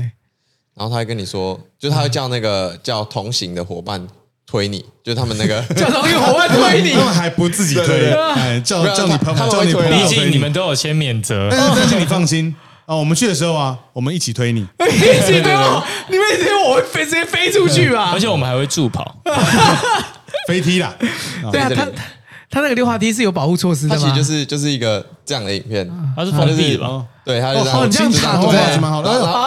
然后他会跟你说，就是他会叫那个叫同行的伙伴推你，就是他们那 个叫同学伙伴推你 他。们还不自己对推，对哎，叫没有叫你朋他们友，叫你会朋推友的推，毕竟你们都有签免责，但是但是你放心啊，我们去的时候啊，我们一起推你，一起对吧？你们以为我会飞直接飞出去吧而？且我们还会助跑。飞踢啦。对哦啊，他他那个溜滑梯是有保护措施他的其吗实？就是就是一个这样的影片，它是封闭的吧？对，他就哦这样好你这样就讲对哦蛮好的然后哎呦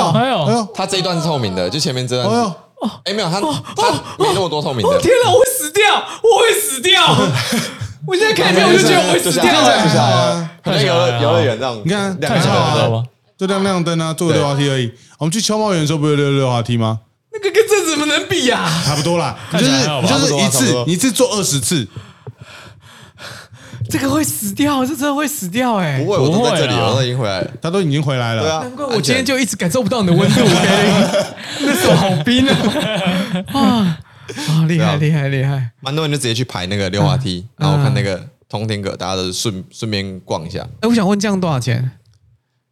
哦，哎哎呦呦哎呦他这一段是透明的，就前面这哎段呦是。，哎，没有，他他没那么多透明哦的。天哪，我会死掉，我会死掉！ 我现在看见我就觉得我会死就掉这样了就。下来啊了，好像游乐游乐园那种，你看两太个人好了知的道吧？就亮亮灯啊，坐溜滑梯而已。我们去秋茂园的时候不是溜溜滑梯吗？那个跟这怎么能比啊呀？差不多啦，你看就起是来还好你吧就是一差不次多你一次做二十次，这个会死掉，这真的会死掉哎不！会，我都在这里，不会啦我都已经回来了。他都已经回来对啊了。，难怪我今天就一直感受不到你的 温度，那手好冰啊！ 啊啊，厉害厉害厉害！蛮多人就直接去排那个溜滑梯，嗯然后看那个通天阁，大家都是顺顺便逛一下。哎，我想问这样多少钱？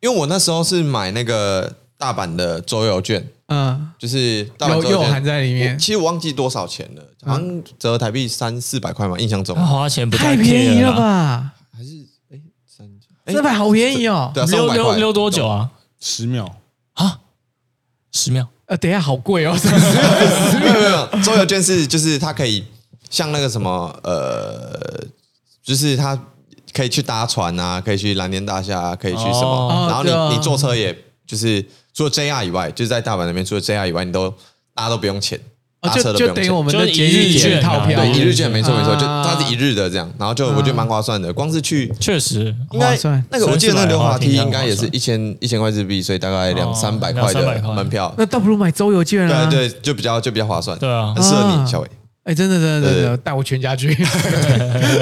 因为我那时候是买那个大阪的周游券，嗯，就是大阪有周有游含券。在里面嗯我，其实我忘记多少钱了，好像折合台币三四百块嘛，印象中啊他花钱不啊太便宜了？吧？还是哎三这牌好便宜哦！对啊，三五溜百溜块溜多久啊？十秒，十秒。呃，等一下好贵哦，没有没有没有，周游券是就是它可以像那个什么呃，就是它可以去搭船啊，可以去蓝天大厦、啊，可以去什么，哦然后你、对啊你坐车也就是除了 JR 以外，就是在大阪那边除了 JR 以外，你都大家都不用钱，哦搭车就都不用就等于钱。我们的就是节一日日券券套啊票，对，一日券券没错没错，就啊它是一日的这样，然后就我觉得蛮划算的，光是去确实，应该划算那个我记得那三四个百溜滑的话梯听起来应该也是划算一千一千块日币，所以大概两哦三百两块三百的块门票，那倒不如买周游券啊！对，对，就比较就比较划算，对啊很适合啊你小伟。哎，真的真的真对的，带我全家去，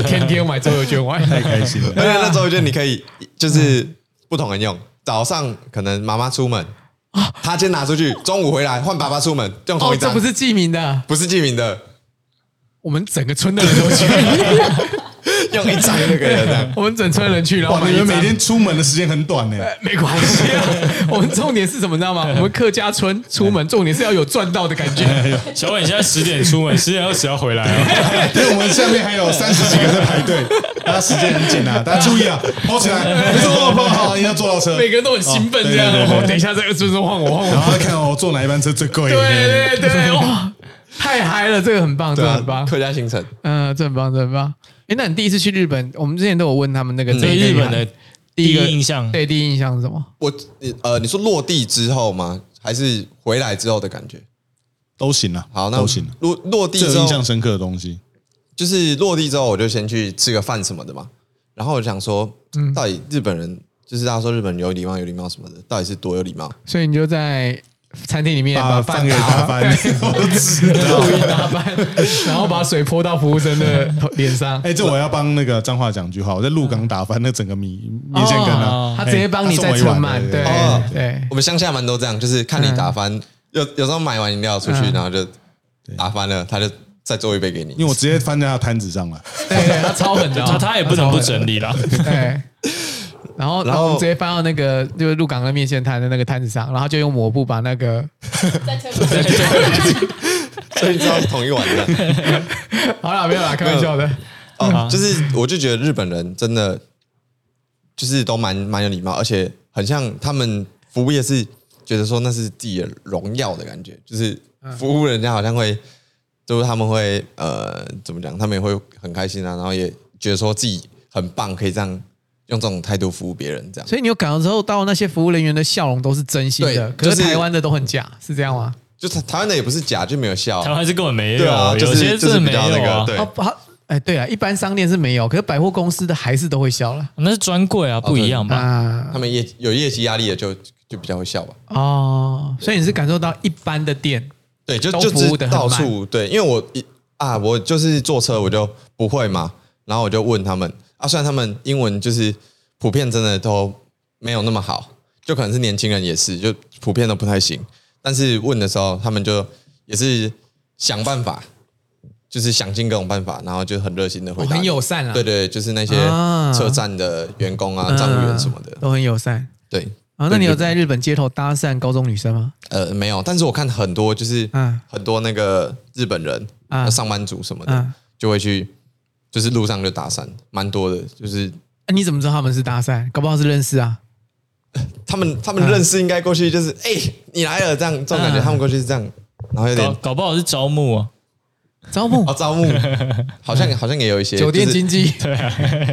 天天买周游券玩。哦太开心了。 而且那周游券你可以就是不同人用，早上可能妈妈出门，她先拿出去，中午回来换爸爸出门，用同哦，一这张，不是记名的，啊不是记名的，我们整个村的人都去，用一张就可以了。这 样我们整村人去，然后哇，买你一们张每天出门的时间很短呢。没关系啊。我们重点是什么，你知道吗？我们客家村出门，重点是要有赚到的感觉。小伟，你现在十点出 门，十点二十要回来哦。因为我们下面还有三十几个在排队，大家时间很紧啊，大家注意啊，跑起来，没错，跑好，一定要坐到车。每个人都很兴奋，哦这样。对对对哦，等一下这个村庄换我，换 我然。后看我坐哪一班车最贵。对对对，哇，太嗨了，这个很棒，这对个啊很棒，，客家行程，嗯，这很棒，这很棒。哎，那你第一次去日本，我们之前都有问他们那个对日本的啊第第一个一印象，对第一印象是什么？我你呃，你说落地之后吗？还是回来之后的感觉？都行了，好，那都行了。落落地最之有后印，象深刻的东西，就是落地之后，我就先去吃个饭什么的嘛。然后我想说，嗯到底日本人就是大家说日本人有礼貌，有礼貌什么的，到底是多有礼貌？所以你就在餐厅里面把饭饭给打翻，我都知道。故意打翻， 然后把水泼到服务生的头脸上。哎，这我要帮那个脏话讲句话，我在鹿港打翻那整个米面线羹啊哎哦，他直接帮你再盛盛满，对哦对。我们乡下蛮多这样，就是看你嗯打翻，有有时候买完饮料出去，然后就打翻了，他就再做一杯给你。因为我直接翻在他摊子上了。对对，他超狠的哦， 他他也不能不整整理啦。对。然后，然然后后我们直接翻到那个就是鹿港的面线摊的那个摊子上，然后就用抹布把那个再推回去。所以你知道是同一碗 的 好啦，没有啦，开玩笑的。嗯哦。就是我就觉得日本人真的就是都蛮蛮有礼貌，而且很像他们服务业是觉得说那是自己的荣耀的感觉，就是嗯服务人家好像会就是他们会呃怎么讲，他们也会很开心啊，然后也觉得说自己很棒，可以这样用这种态度服务别人这样。所以你有感受到那些服务人员的笑容都是真心的，对可是就是台湾的都很假，是这样吗？就台台湾的也不是假，就没有笑台湾是根本没有，哦对啊就有是些真的没有啊。就是比较那个对哦，不好，哎，对啊，一般商店是没有，可是百货公司的还是都会笑了那是专柜哦啊，不一样吧？啊。他们业有业绩压力的就就比较会笑吧。哦，所以你是感受到一般的店对，就都就服务是得很到慢处对，因为我一啊，我就是坐车我就不会嘛，然后我就问他们啊，虽然他们英文就是普遍真的都没有那么好，就可能是年轻人也是，就普遍都不太行，但是问的时候他们就也是想办法，就是想尽各种办法，然后就很热心的回哦答，很友善啊，对对，就是那些啊车站的员工啊、嗯，站务员什么的，都很友善对。啊。那对你有就在日本街头搭讪高中女生吗？呃，没有，但是我看很多就是嗯很多那个日本人、嗯上班族什么的，嗯就会去，就是路上就搭讪，蛮多的。就是啊你怎么知道他们是搭讪？搞不好是认识啊。他们嗯他们认识应该过去就是，哎、你来了这样这种感觉，嗯他们过去是这样，然后有点搞搞不好是招募啊，招募哦招募，好像好像也有一些酒店就是经济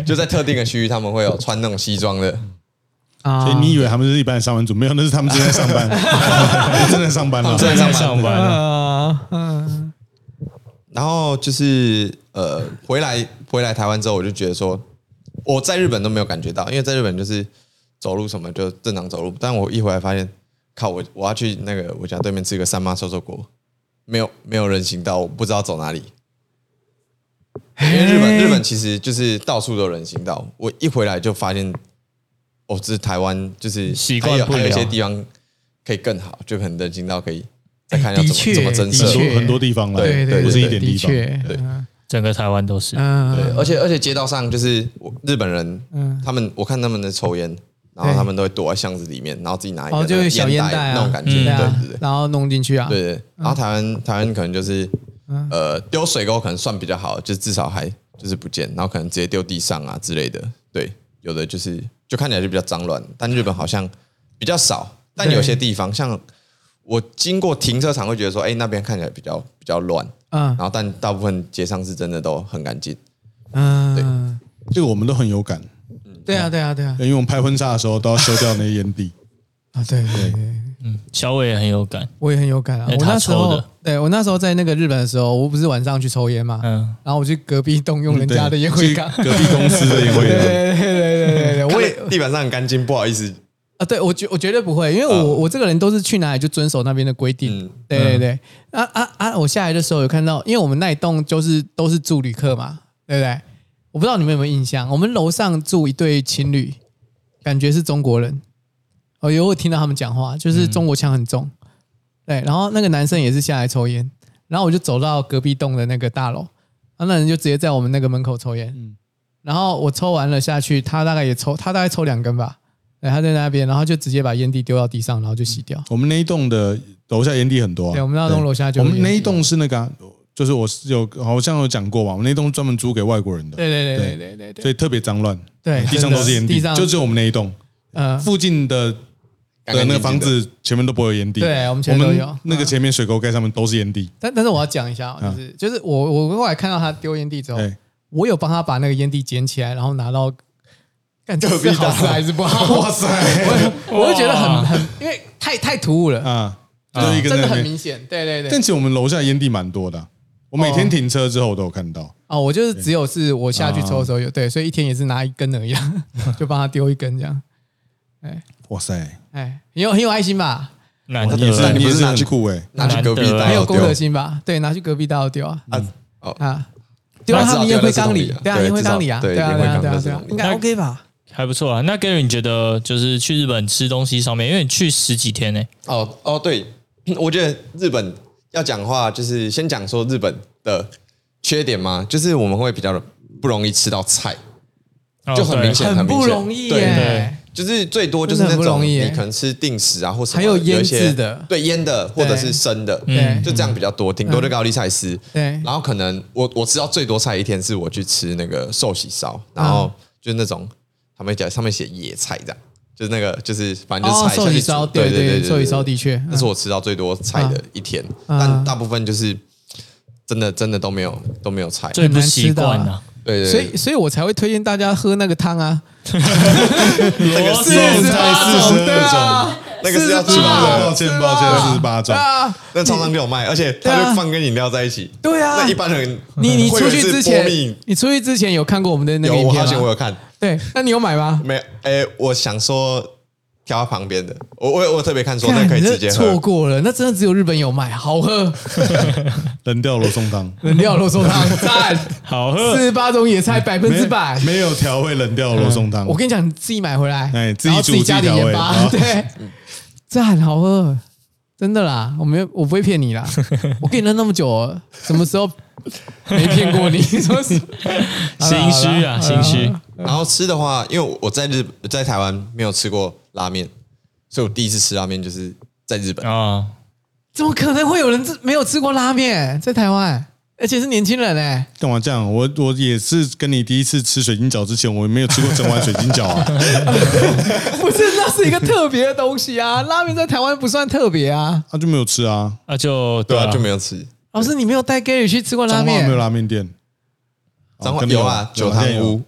就在特定的区域，他们会有穿那种西装的， 啊所以哎你以为他们是一般的上班族？没有，那是他哦 们正在上班，正在上班了。正在上上班。班啊。啊嗯然后就是呃，回来回来台湾之后，我就觉得说，我在日本都没有感觉到，因为在日本就是走路什么就正常走路，但我一回来发现，靠我我要去那个我家对面吃个三妈臭臭锅，没有没有人行道，我不知道走哪里。因为日本嘿日本其实就是到处都有人行道，我一回来就发现，哦，这台湾就是习惯还有不还有一了些地方可以更好，就可能人行道可以再看要怎哎的么确怎么增设的很确多很多地方了，对对，对不是对一点的地方。确，对嗯整个台湾都是。对，嗯，而且而且街道上就是我日本人，嗯他们我看他们的抽烟，然后对他们都会躲在巷子里面，然后自己拿一哦，个就是小烟烟袋啊那种感觉，嗯对对啊对对然后弄进去啊，对对。然后台湾台湾可能就是嗯呃丢水沟可能算比较好，就是至少还就是不见，然后可能直接丢地上啊之类的。对，有的就是就看起来就比较脏乱，但日本好像比较少，但对有些地方像。我经过停车场会觉得说，哎、那边看起来比较比较乱，嗯然后但大部分街上是真的都很干净。嗯，这个我们都很有感，对啊，对啊，对啊，因为我们拍婚纱的时候都要修掉那些烟蒂。啊，对对对，小伟也很有感，我也很有感啊。哎我那他时候抽的，对我那时候在那个日本的时候，我不是晚上去抽烟嘛，嗯，然后我去隔壁栋 用人家的烟灰缸，去隔壁公司的烟灰缸。 对对对对对，对我我也 也地板上很干净，不好意思，啊，对我绝我绝对不会，因为啊我、我这个人都是去哪里就遵守那边的规定。嗯对对对，啊啊啊！我下来的时候有看到，因为我们那一栋就是都是住旅客嘛，对不对？我不知道你们有没有印象，我们楼上住一对情侣，感觉是中国人。哦，有我听到他们讲话，就是嗯中国腔很重。对，然后那个男生也是下来抽烟，然后我就走到隔壁栋的那个大楼，啊，那人就直接在我们那个门口抽烟。嗯然后我抽完了下去，他大概也抽，他大概抽两根吧。对，他在那边，然后就直接把烟蒂丢到地上，然后就洗掉。我们那一栋的楼下烟蒂很多啊。对，我们那栋楼下就我有们那烟一栋是那个啊，就是我是有好像有讲过吧，我们那一栋专门租给外国人的，对对对对对对所以特别脏乱，对，地上都是烟蒂地，上就只有我们那一栋呃，附近的干的干那个净净房的，子前面都不会有烟蒂。对我们我前面都有嗯们那个前面水沟盖上面都是烟蒂。但但是我要讲一下哦，就是就是我我后来看到他丢烟蒂之后，对，我有帮他把那个烟蒂捡起来，然后拿到，干这隔壁是好大事 还是不好？哇塞我就觉得很很，因为太太突兀了，啊，就一个嗯真在的那很边。明显。对对对但，其实我们楼下烟蒂蛮多的啊，我每天哦停车之后我都有看到。哦，我就是只有是我下去抽的时啊候有对，所以一天也是拿一根而已啊， 就帮他丢一根这样。哇塞，哎，很有很有爱心吧？难哇你是呃但得你也是拿很去酷欸哎，拿去隔壁难得大楼啊很丢有公德心吧？对，拿去隔壁大楼丢啊啊哦啊，丢到他们烟灰缸里，对啊，对烟灰缸里啊，至少对对啊，烟对灰缸啊，对啊，垃圾对啊桶，里应该那 OK 吧？还不错啊。那 Gary，你觉得就是去日本吃东西上面，因为你去十几天呢、哦哦，对， 我觉得日本要讲话，就是先讲说日本的缺点嘛，就是哦我们会比较不容易吃到菜，就很明显，很明不显容易对耶，就是最多就是真的那很不种容易你耶可能吃定时啊，或什么还有腌一些制的对腌的或者是生的，对嗯就这样比较多，顶多就高丽菜丝。对然后可能我我吃到最多菜一天是我去吃那个寿喜烧，然后嗯就是那种他们讲上面写野菜这样，就是那个就是反正就是哦菜，寿喜烧下去煮对对对对寿喜烧嗯的确嗯那是我吃到最多菜的一天，但大部分就是真的真的都没有都没有菜，对最不习惯很呐、难啊对对，所以所以我才会推荐大家喝那个汤啊，螺四十菜八种对啊，那个是要煮48的，抱歉抱歉，四十八种对。啊，那超商就有卖，而且它对啊就放跟饮料在一起。对啊那一般人你你出去之会有一次波前蜜，你出去之前有看过我们的那个有影我片啊好像我吗？有看，对，那你有买吗？没有哎，我想说挑它旁边的，我我我特别看说那看可以你直这接错喝，过了，那真的只有日本有卖，好 喝，冷掉罗宋汤，冷掉肉松汤，赞，啊好喝四十八种野菜百分之百。没有调味冷掉罗宋汤嗯我。跟你讲，你自己买回来，嗯哎自己然后煮自己加点自己调味哦盐巴好，对，赞，好喝，真的啦，我没有，我不会骗 你啦，我跟你认那么久了，什么时候没骗 过你？说是心虚啊，心虚。然后吃的话，因为我在日在台湾没有吃过拉面，所以我第一次吃拉面就是在日嗯本。啊！怎么可能会有人吃没有吃过拉面在台湾，而且是年轻人哎、干嘛这样？我我也是跟你第一次吃水晶饺之前，我没有吃过整碗水晶饺 啊。不是，那是一个特别的东 西啊，拉面在台湾不算特别啊。他就没有吃啊。那就对啊，啊， 就没有吃。老师，你没有带 Gary 去吃过拉彰化没有面？拉面店，彰化哦有啊，九堂屋，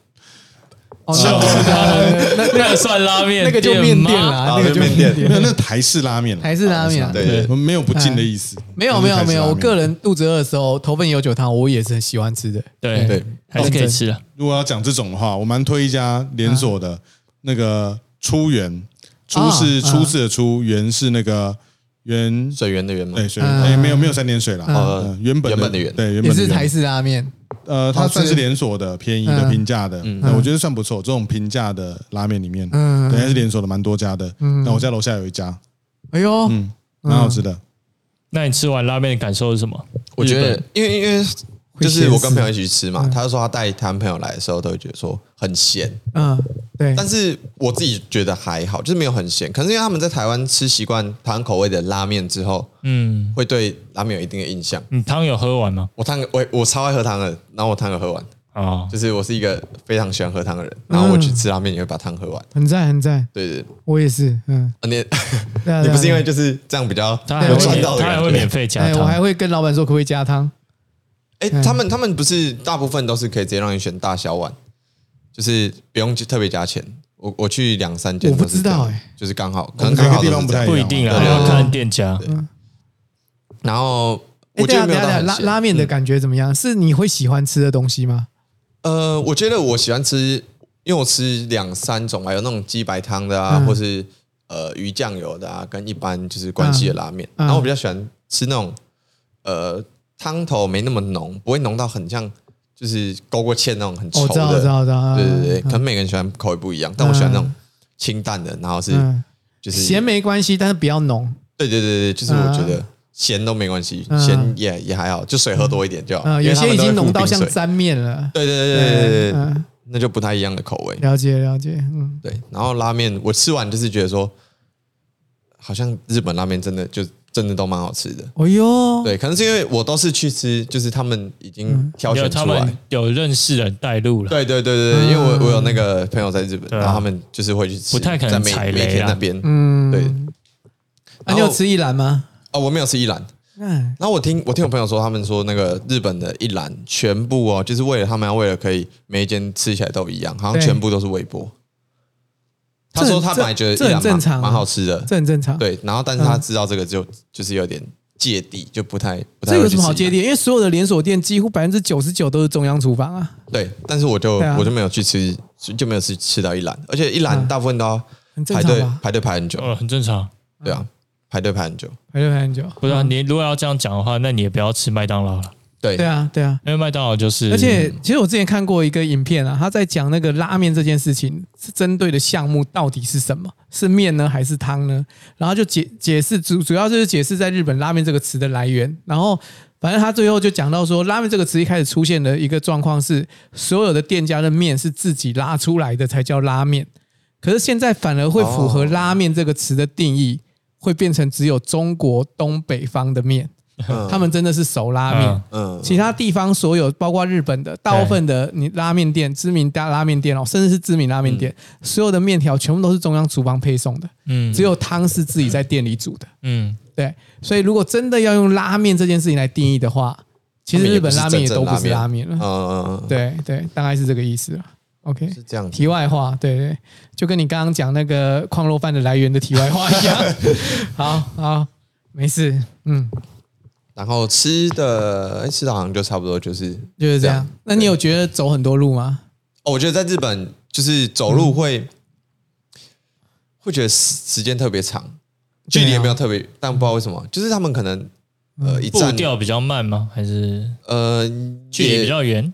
哦，那我知道了那那个算拉面，那个就面店吗？啦，那个就啊面面店跟你有没有那台式拉面啊，台式拉面啊对对我们没有不敬的意思。没有就是没台有式没有，拉我面个人肚子饿的时候，头份也有酒汤，我也是很喜欢吃的。对对，还是可以吃啊的。如果要讲这种的话，我蛮推一家连锁嗯的，那个初源，初是啊初次的初，源是那个源，水源的源嘛，哎，水，嗯哎，没有没有三点水啦，嗯呃原本原本的原对，原也本的是台原式拉面，呃，它好吃算是连锁的，便宜的、嗯平价的，那我觉得算不错。这种平价的拉面里面，嗯对，还是连锁的，蛮多家的。那我家楼下有一家，哎呦，嗯，蛮好吃的。那你吃完拉面的感受是什么？我觉日得本，因为因为会就是我跟咸死朋友一起去吃嘛，他就说他带他朋友来的时候都会觉得说很咸，嗯，对，但是我自己觉得还好，就是没有很咸。可是因为他们在台湾吃习惯台湾口味的拉面之后，嗯，会对拉面有一定的印象。你汤有喝完吗？我汤我我超爱喝汤的，然后我汤有喝完，啊，就是我是一个非常喜欢喝汤的人。然后我去吃拉面也会把汤喝完。很赞很赞，对对，对我也是，嗯，啊你对 啊你对啊不是因为对啊就是这样比较他还有会赚免到的他还感会免觉？费加哎，我还汤。会跟老板说可不可以加汤，哎，他们他们不是大部分都是可以直接让你选大小碗，就是不用特别加钱。我我去两三间我不都是知这样，道哎就是刚好，可我能们刚每好个地都方是不这太样一不一样，定对啊，啊要看店家。然后哎我觉对啊得没对有到啊对啊，很拉咸嗯拉面的感觉怎么样？是你会喜欢吃的东西吗？呃，我觉得我喜欢吃，因为我吃两三种嘛，有那种鸡白汤的啊，嗯或是呃鱼酱油的啊，跟一般就是关西的拉面。嗯然后我比较喜欢吃那种呃汤头没那么浓，不会浓到很像就是勾过芡那种很哦稠我知道我知的。道我知道，对对对，嗯可能每个人喜欢口味不一样，但我喜欢那种清淡的，然后是嗯，就是咸没关系，但是不要浓，对对对对，就是我觉得咸都没关系，嗯咸也也还好，就水喝多一点就好。嗯，哦因有为他些们已都会经附浓到冰像水沾面了，对对对对对对对，嗯，那就不太一样的口味。了解了解，嗯，对，然后拉面我吃完就是觉得说，好像日本拉面真的就真的都蛮好吃的。哦哟，对，可能是因为我都是去吃，就是他们已嗯经挑有选他出来。们有认识的人带路了，对对对对对，因为嗯我我有那个朋友在日本，然后他们就是会去吃，啊不太可能在每踩雷啊每天那边。嗯，啊对，那你有吃一兰吗？哦，我没有吃一兰。嗯，然后我听我听我朋友说，他们说那个日本的一兰全部哦，就是为了他们要为了可以每一间吃起来都一样，好像对全部都是微波。他这说很他这本来觉得这一兰很正蛮常啊蛮好吃的，这很正常。，对，然后但是嗯他知道这个就、就是有点芥蒂，就不太不太这会有去什么好吃芥蒂？因为所有的连锁店几乎百分之九十九都是中央厨房啊，对，但是我就、对啊我就没有去吃，就没有去吃到一兰，而且一兰大部分都要很正排常队、吧？排队排很久，呃，很正常。对啊，排队排很久，排队排很久，不是啊，你如果要这样讲的话，那你也不要吃麦当劳了，对对啊，对啊。因为麦当劳就是，而且，其实我之前看过一个影片啊，他在讲那个拉面这件事情，是针对的项目到底是什么？是面呢，还是汤呢？然后就解解释主主要就是解释在日本拉面这个词的来源。然后，反正他最后就讲到说，拉面这个词一开始出现的一个状况是，所有的店家的面是自己拉出来的才叫拉面。可是现在反而会符合哦拉面这个词的定义，会变成只有中国东北方的面，嗯他们真的是熟拉面嗯。嗯其他地方所有，包括日本的大部分的你拉面店、知名大拉面店哦，甚至是知名拉面店，所有的面条全部都是中央厨房配送的，嗯，只有汤是自己在店里煮的。嗯对，所以如果真的要用拉面这件事情来定义的话，其实日本拉面也都不是拉面嗯嗯，了。嗯， 对对，大概是这个意思了。OK，是这样子。题外话，对对，就跟你刚刚讲那个矿肉饭的来源的题外话一 样。好好，没事，嗯，然后吃的哎吃的好像就差不多就是就是这样。那你有觉得走很多路吗？哦，我觉得在日本就是走嗯路会、会觉得时时间特别长，距啊离也没有特别，但不知道为什么，就是他们可能呃嗯一步站调比较慢吗？还是呃距离比较远？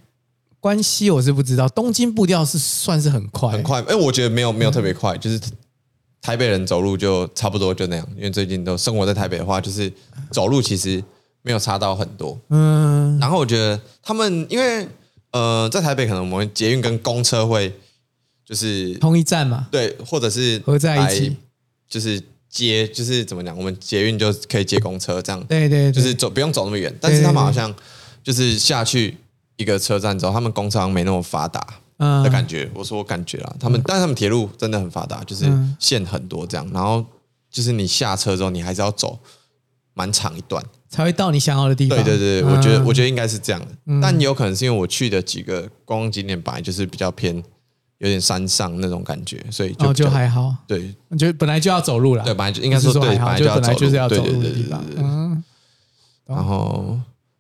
关西我是不知道，东京步调是算是很快，也很。快，哎，我觉得没有没有特别嗯快，就是台北人走路就差不多就那样，因为最近都生活在台北的话，就是走路其实没有差到很多。嗯，然后我觉得他们因为呃在台北可能我们捷运跟公车会就是同一站嘛，对，或者是合在一起来就是接，就是怎么讲，我们捷运就可以接公车这样，对对对，就是走不用走那么远。但是他们好像就是下去一个车站之后，他们工商没那么发达嗯的感觉。我说我感觉啦，他们，但是他们铁路真的很发达，就是嗯线很多这样。然后就是你下车之后，你还是要走蛮长一段。才会到你想要的地方。嗯对对对，我觉得我觉觉得应该是这样的，嗯但也有可能是因为我去的几个观光景点本来就是比较偏。有点山上那种感觉，所以就哦比就较还好，对就本来就要走路了。对，本来就应应该说对，还本好，来就就要本来走就是要走对对路的对地对方对。对嗯，然后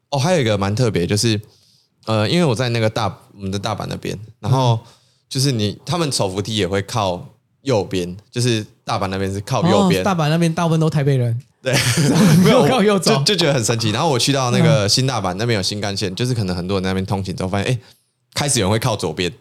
哦，还有一个蛮特别，就是呃，因为我在那个大我们的大阪那边，然嗯后就是你他们手扶梯也会靠右边，就是大阪那边是靠右边哦，大阪那边大部分都台北人，对， 没有我靠右就走。嗯就觉得很神奇。然后我去到那个新大阪那边有新干线，就是可能很多人在那边通勤之后发现，哎，开始有人会靠左边，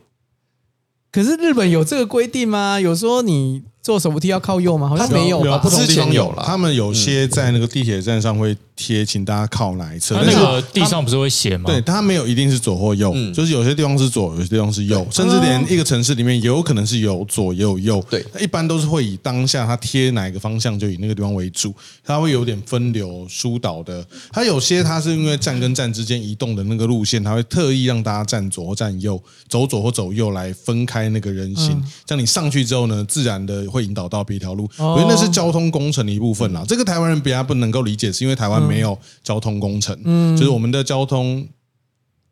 可是日本有这个规定吗？有说你坐手扶梯要靠右吗？好像他没有有吧不？同地方有啦嗯啊他们有些在那个地铁站上会贴，请大家靠哪一侧，啊它但那是个地上不是会写吗？对，它没有一定是左或右，嗯就是有些地方是左，有些地方是右，甚至连一个城市里面也有可能是有左也有右。对那一般都是会以当下它贴哪一个方向就以那个地方为主，它会有点分流疏导的。它有些它是因为站跟站之间移动的那个路线，它会特意让大家站左或站右，走左或走右来分开那个人行，这样你上去之后呢，自然的会引导到别条路。哦我觉得那是交通工程的一部分啦。这个台湾人比较不能够理解，是因为台湾没有交通工程，嗯，就是我们的交通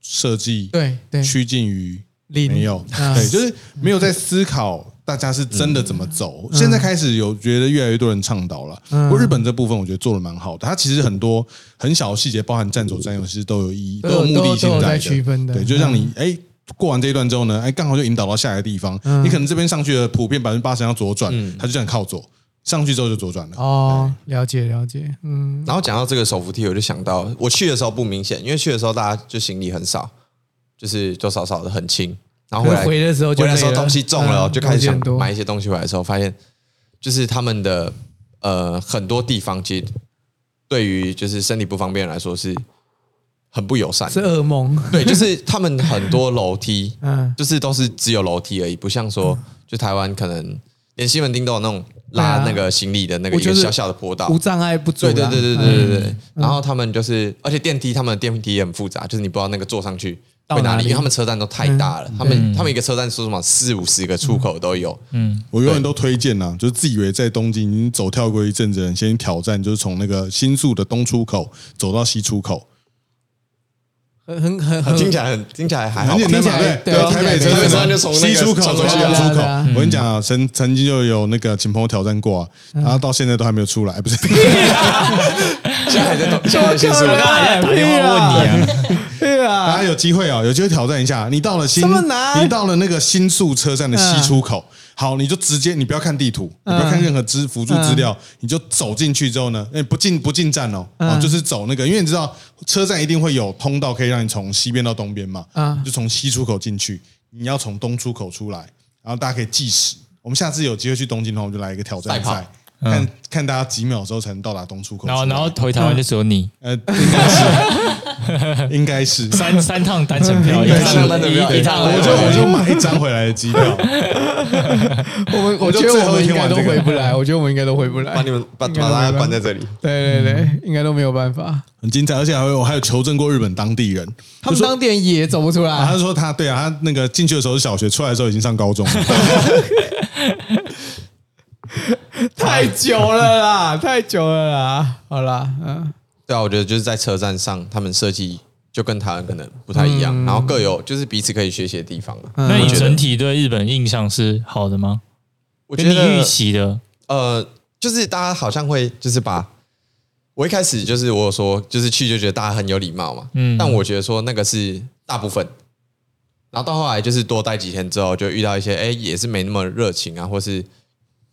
设计对对，趋近于零没有，啊对，就是没有在思考大家是真的怎么走。嗯现在开始有觉得越来越多人倡导了，不过日本这部分我觉得做的蛮好的，它其实很多很小的细节，包含站左站右，其实都有意义，都都有有目的都有性都有在的区分的嗯对，就让你哎。过完这一段之后呢，哎，刚好就引导到下一个地方。嗯你可能这边上去了，普遍百分之八十要左转，他就这样靠左，上去之后就左转了。哦，了解了解，嗯，然后讲到这个手扶梯，我就想到我去的时候不明显，因为去的时候大家就行李很少，就是都少少的很轻。然啊后回来回的时候就回来的时候累了东西重了，嗯就开始想东西很多买一些东西回来的时候，发现就是他们的呃很多地方其实对于就是身体不方便来说是很不友善是的。噩梦。对，就是他们很多楼梯，嗯，就是都是只有楼梯而已，不像说就台湾可能连西门町都有那种对拉啊那个行李的那个我一个就是小小的坡道，无啊嗯障碍不足啦。啊对对对对对对对。然后他们就是，而且电梯，他们的电梯也很复杂，就是你不知道那个坐上去到会哪哪里嗯里，因为他们车站都太大了，他们他们一个车站说什么四五十个出口都有，嗯我永远都推荐呐、就是自以为在东京已经走跳过一阵子的人，先挑战就是从那个新宿的东出口走到西出口，很很很很听起来很听起来还好很吧。简单嘛，哎听起来对对哦啊听台起来北台车北车站就从那个西出口从走那个到东对啊出对口啊。我跟你讲啊，曾曾经就有那个秦朋友挑战过啊，嗯然后到现在都还没有出来，不 是？现在还在动，现在先我说刚刚还在打电话哎问你啊，对大啊家，有机会啊，有机会挑战一下。你到了新这么，难嗯你到了那个新宿车站的西出口，好，你就直接，你不要看地图，你不要看任何资辅助资料，你就走进去之后呢，哎，不进不进站哦，嗯哦，就是走那个，因为你知道车站一定会有通道可以让你从西边到东边嘛，嗯你就从西出口进去，你要从东出口出来，然后大家可以计时。我们下次有机会去东京的话，我们就来一个挑战赛跑赛。看看大家几秒之后才能到达东出口出然啊来。后嗯然后回台湾就只有你呃，应该是，应该 是。 三三趟单程嗯票，一应该是趟 一一趟我来就回我就买一张回来的机票，我们我就觉得最我后一们应天该玩都这个回不来，我觉得我们应该都回不来把。你们嗯把应该把大没家办法关在这里，对对对，应该都没有办法。很精彩，而且还有我还有求证过日本当地人，他们当地人也走不出啊，他来，说他对啊，他那个进去的时候是小学，出来的时候已经上高中了。 太久了啦，太久了啦。好啦，嗯，对啊，我觉得就是在车站上，他们设计就跟台湾可能不太一样，嗯然后各有就是彼此可以学习的地方啊。那你我觉得整体对日本印象是好的吗？我跟觉你得预期的，呃，就是大家好像会就是把，我一开始就是我有说就是去就觉得大家很有礼貌嘛，嗯但我觉得说那个是大部分，然后到后来就是多待几天之后，就遇到一些哎、也是没那么热情啊，或是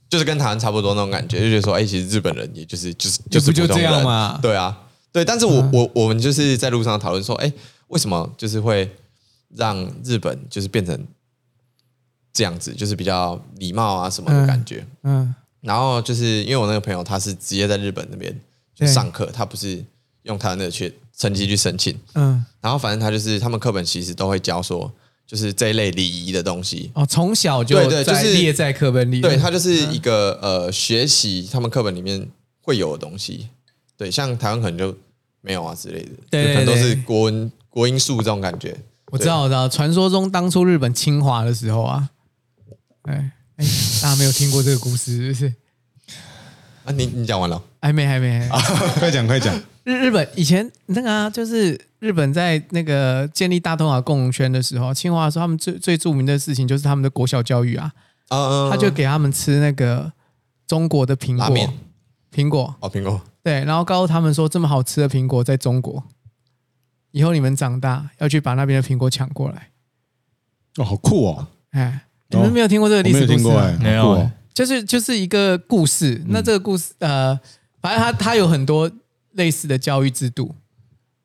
就是跟台湾差不多那种感觉，就觉得说哎、其实日本人也就是就是就就是不就普通这样人嘛嗯对啊，对，但是我、我我们就是在路上讨论说，哎、为什么就是会让日本就是变成这样子，就是比较礼貌啊什么的感觉，嗯然后就是因为我那个朋友他是直接在日本那边就对上课，他不是用他那个去成绩去申请。嗯，然后反正他就是他们课本其实都会教说，就是这一类礼仪的东西。哦，从小就对对就在是列在课本里，对，它就是一个呃学习他们课本里面会有的东西。对，像台湾可能就没有啊之类的，对就可能对都对是国文国音数这种感觉。我知道，我知道。传说中当初日本侵华的时候啊，哎哎，大家没有听过这个故事，是不是？啊，你你讲完了，还没，还没，还没快讲快讲，日日本以前那个啊，就是日本在那个建立大东亚共荣圈的时候，清华的时候，他们最最著名的事情就是他们的国小教育啊，嗯，他就给他们吃那个中国的苹拉果面，苹果哦苹果，对，然后告诉他们说这么好吃的苹果在中国，以后你们长大要去把那边的苹果抢过来。哦，好酷哦！哎，你哦们没有听过这个我历没史有故听事过啊、哎，没有好酷哦哎就是就是一个故事。那这个故事，呃，反正它它有很多类似的教育制度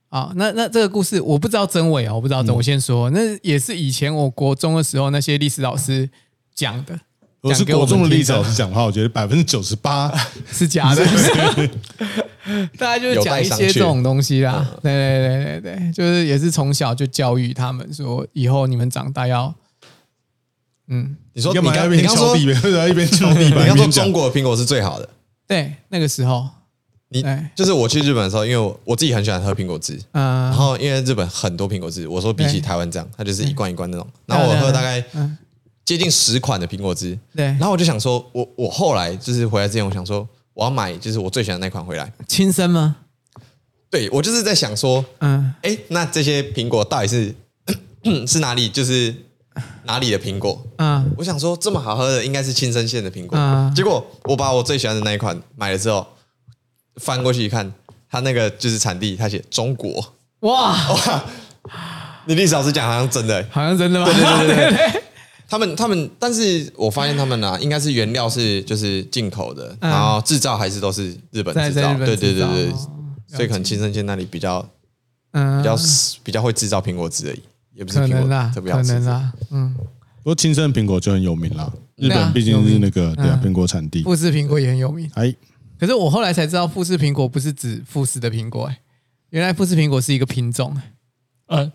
啊。那那这个故事我不知道真伪哦，我不知道真。我先说，那也是以前我国中的时候那些历史老师讲的，我是讲给我国们中的听历史老师讲的话，我觉得百分之九十八是假的，大家就是讲一些这种东西啦。对对对对对，就是也是从小就教育他们说，以后你们长大要，嗯，你说你干嘛要刚一你边刚敲说地你板，然后一边 敲地板，刚一说边讲中国的苹果是最好的。对，那个时候，你哎就是我去日本的时候，因为我我自己很喜欢喝苹果汁，嗯、然后因为日本很多苹果汁，我说比起对台湾这样，它就是一罐一罐那种。对然后我喝大概嗯接近十款的苹果汁，对然后我就想说，我我后来就是回来之前，我想说我要买就是我最喜欢的那款回来。亲生吗？对我就是在想说，嗯，哎，那这些苹果到底是是哪里？就是哪里的苹果？嗯我想说这么好喝的应该是青森县的苹果，嗯结果我把我最喜欢的那一款买了之后，翻过去一看，它那个就是产地，它写中国。哇， 你历史老师讲好像真的、欸，好像真的吗？对对对他们他们，但是我发现他们啊，应该是原料是就是进口的，嗯然后制造还是都是日本在制在造，日本对对制对造对，哦所以可能青森县那里比较嗯比较、比较会制造苹果汁而已，也不是可苹能果啦，特别好可吃能。啦，嗯，不过亲生苹果就很有名啦，日对啊本毕竟是那个对啊嗯苹果产地。富士苹果也很有名。哎，可是我后来才知道，富士苹果不是指富士的苹果、哎，原来富士苹果是一个品种、哎呃，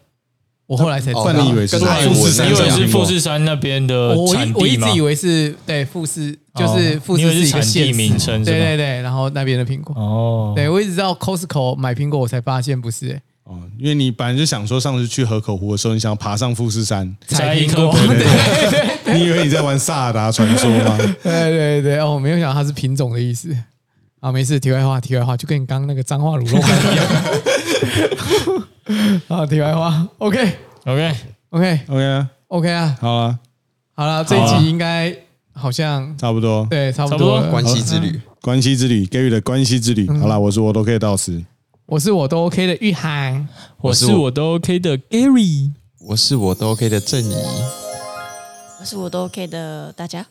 我后来才知道。哦不然你以为是跟哪泰里文富士因山为上是苹富果士山那边的我我产一我一地直嘛，以为是对富士，就是哦富你以士为是一个产县地市名称是对吧对对，然后那边的苹果，哦，对我一直到 Costco 买苹果，我才发现不是、哎哦，因为你本来就想说上次去河口湖的时候，你想要爬上富士山，摘采一苹颗果，苹果对 对 你以为你在玩萨尔达传说吗？对对对，哦，我没有想到它是品种的意思。啊，没事，题外话，题外话，就跟你刚刚那个脏话卤肉饭一样。 啊，题外话，OK ，OK， OK OK 啊， OK 啊，好啊，好了，这一好啊集应该好像差不多。对差不差不多多了。关系之旅，关系之旅，Gary 的关系之旅。好啦，我是我都可以到此。我是我都 OK 的玉涵，我是是我我都 OK 的 Gary。我是我都 OK 的正义。我是我都 OK 的，大家。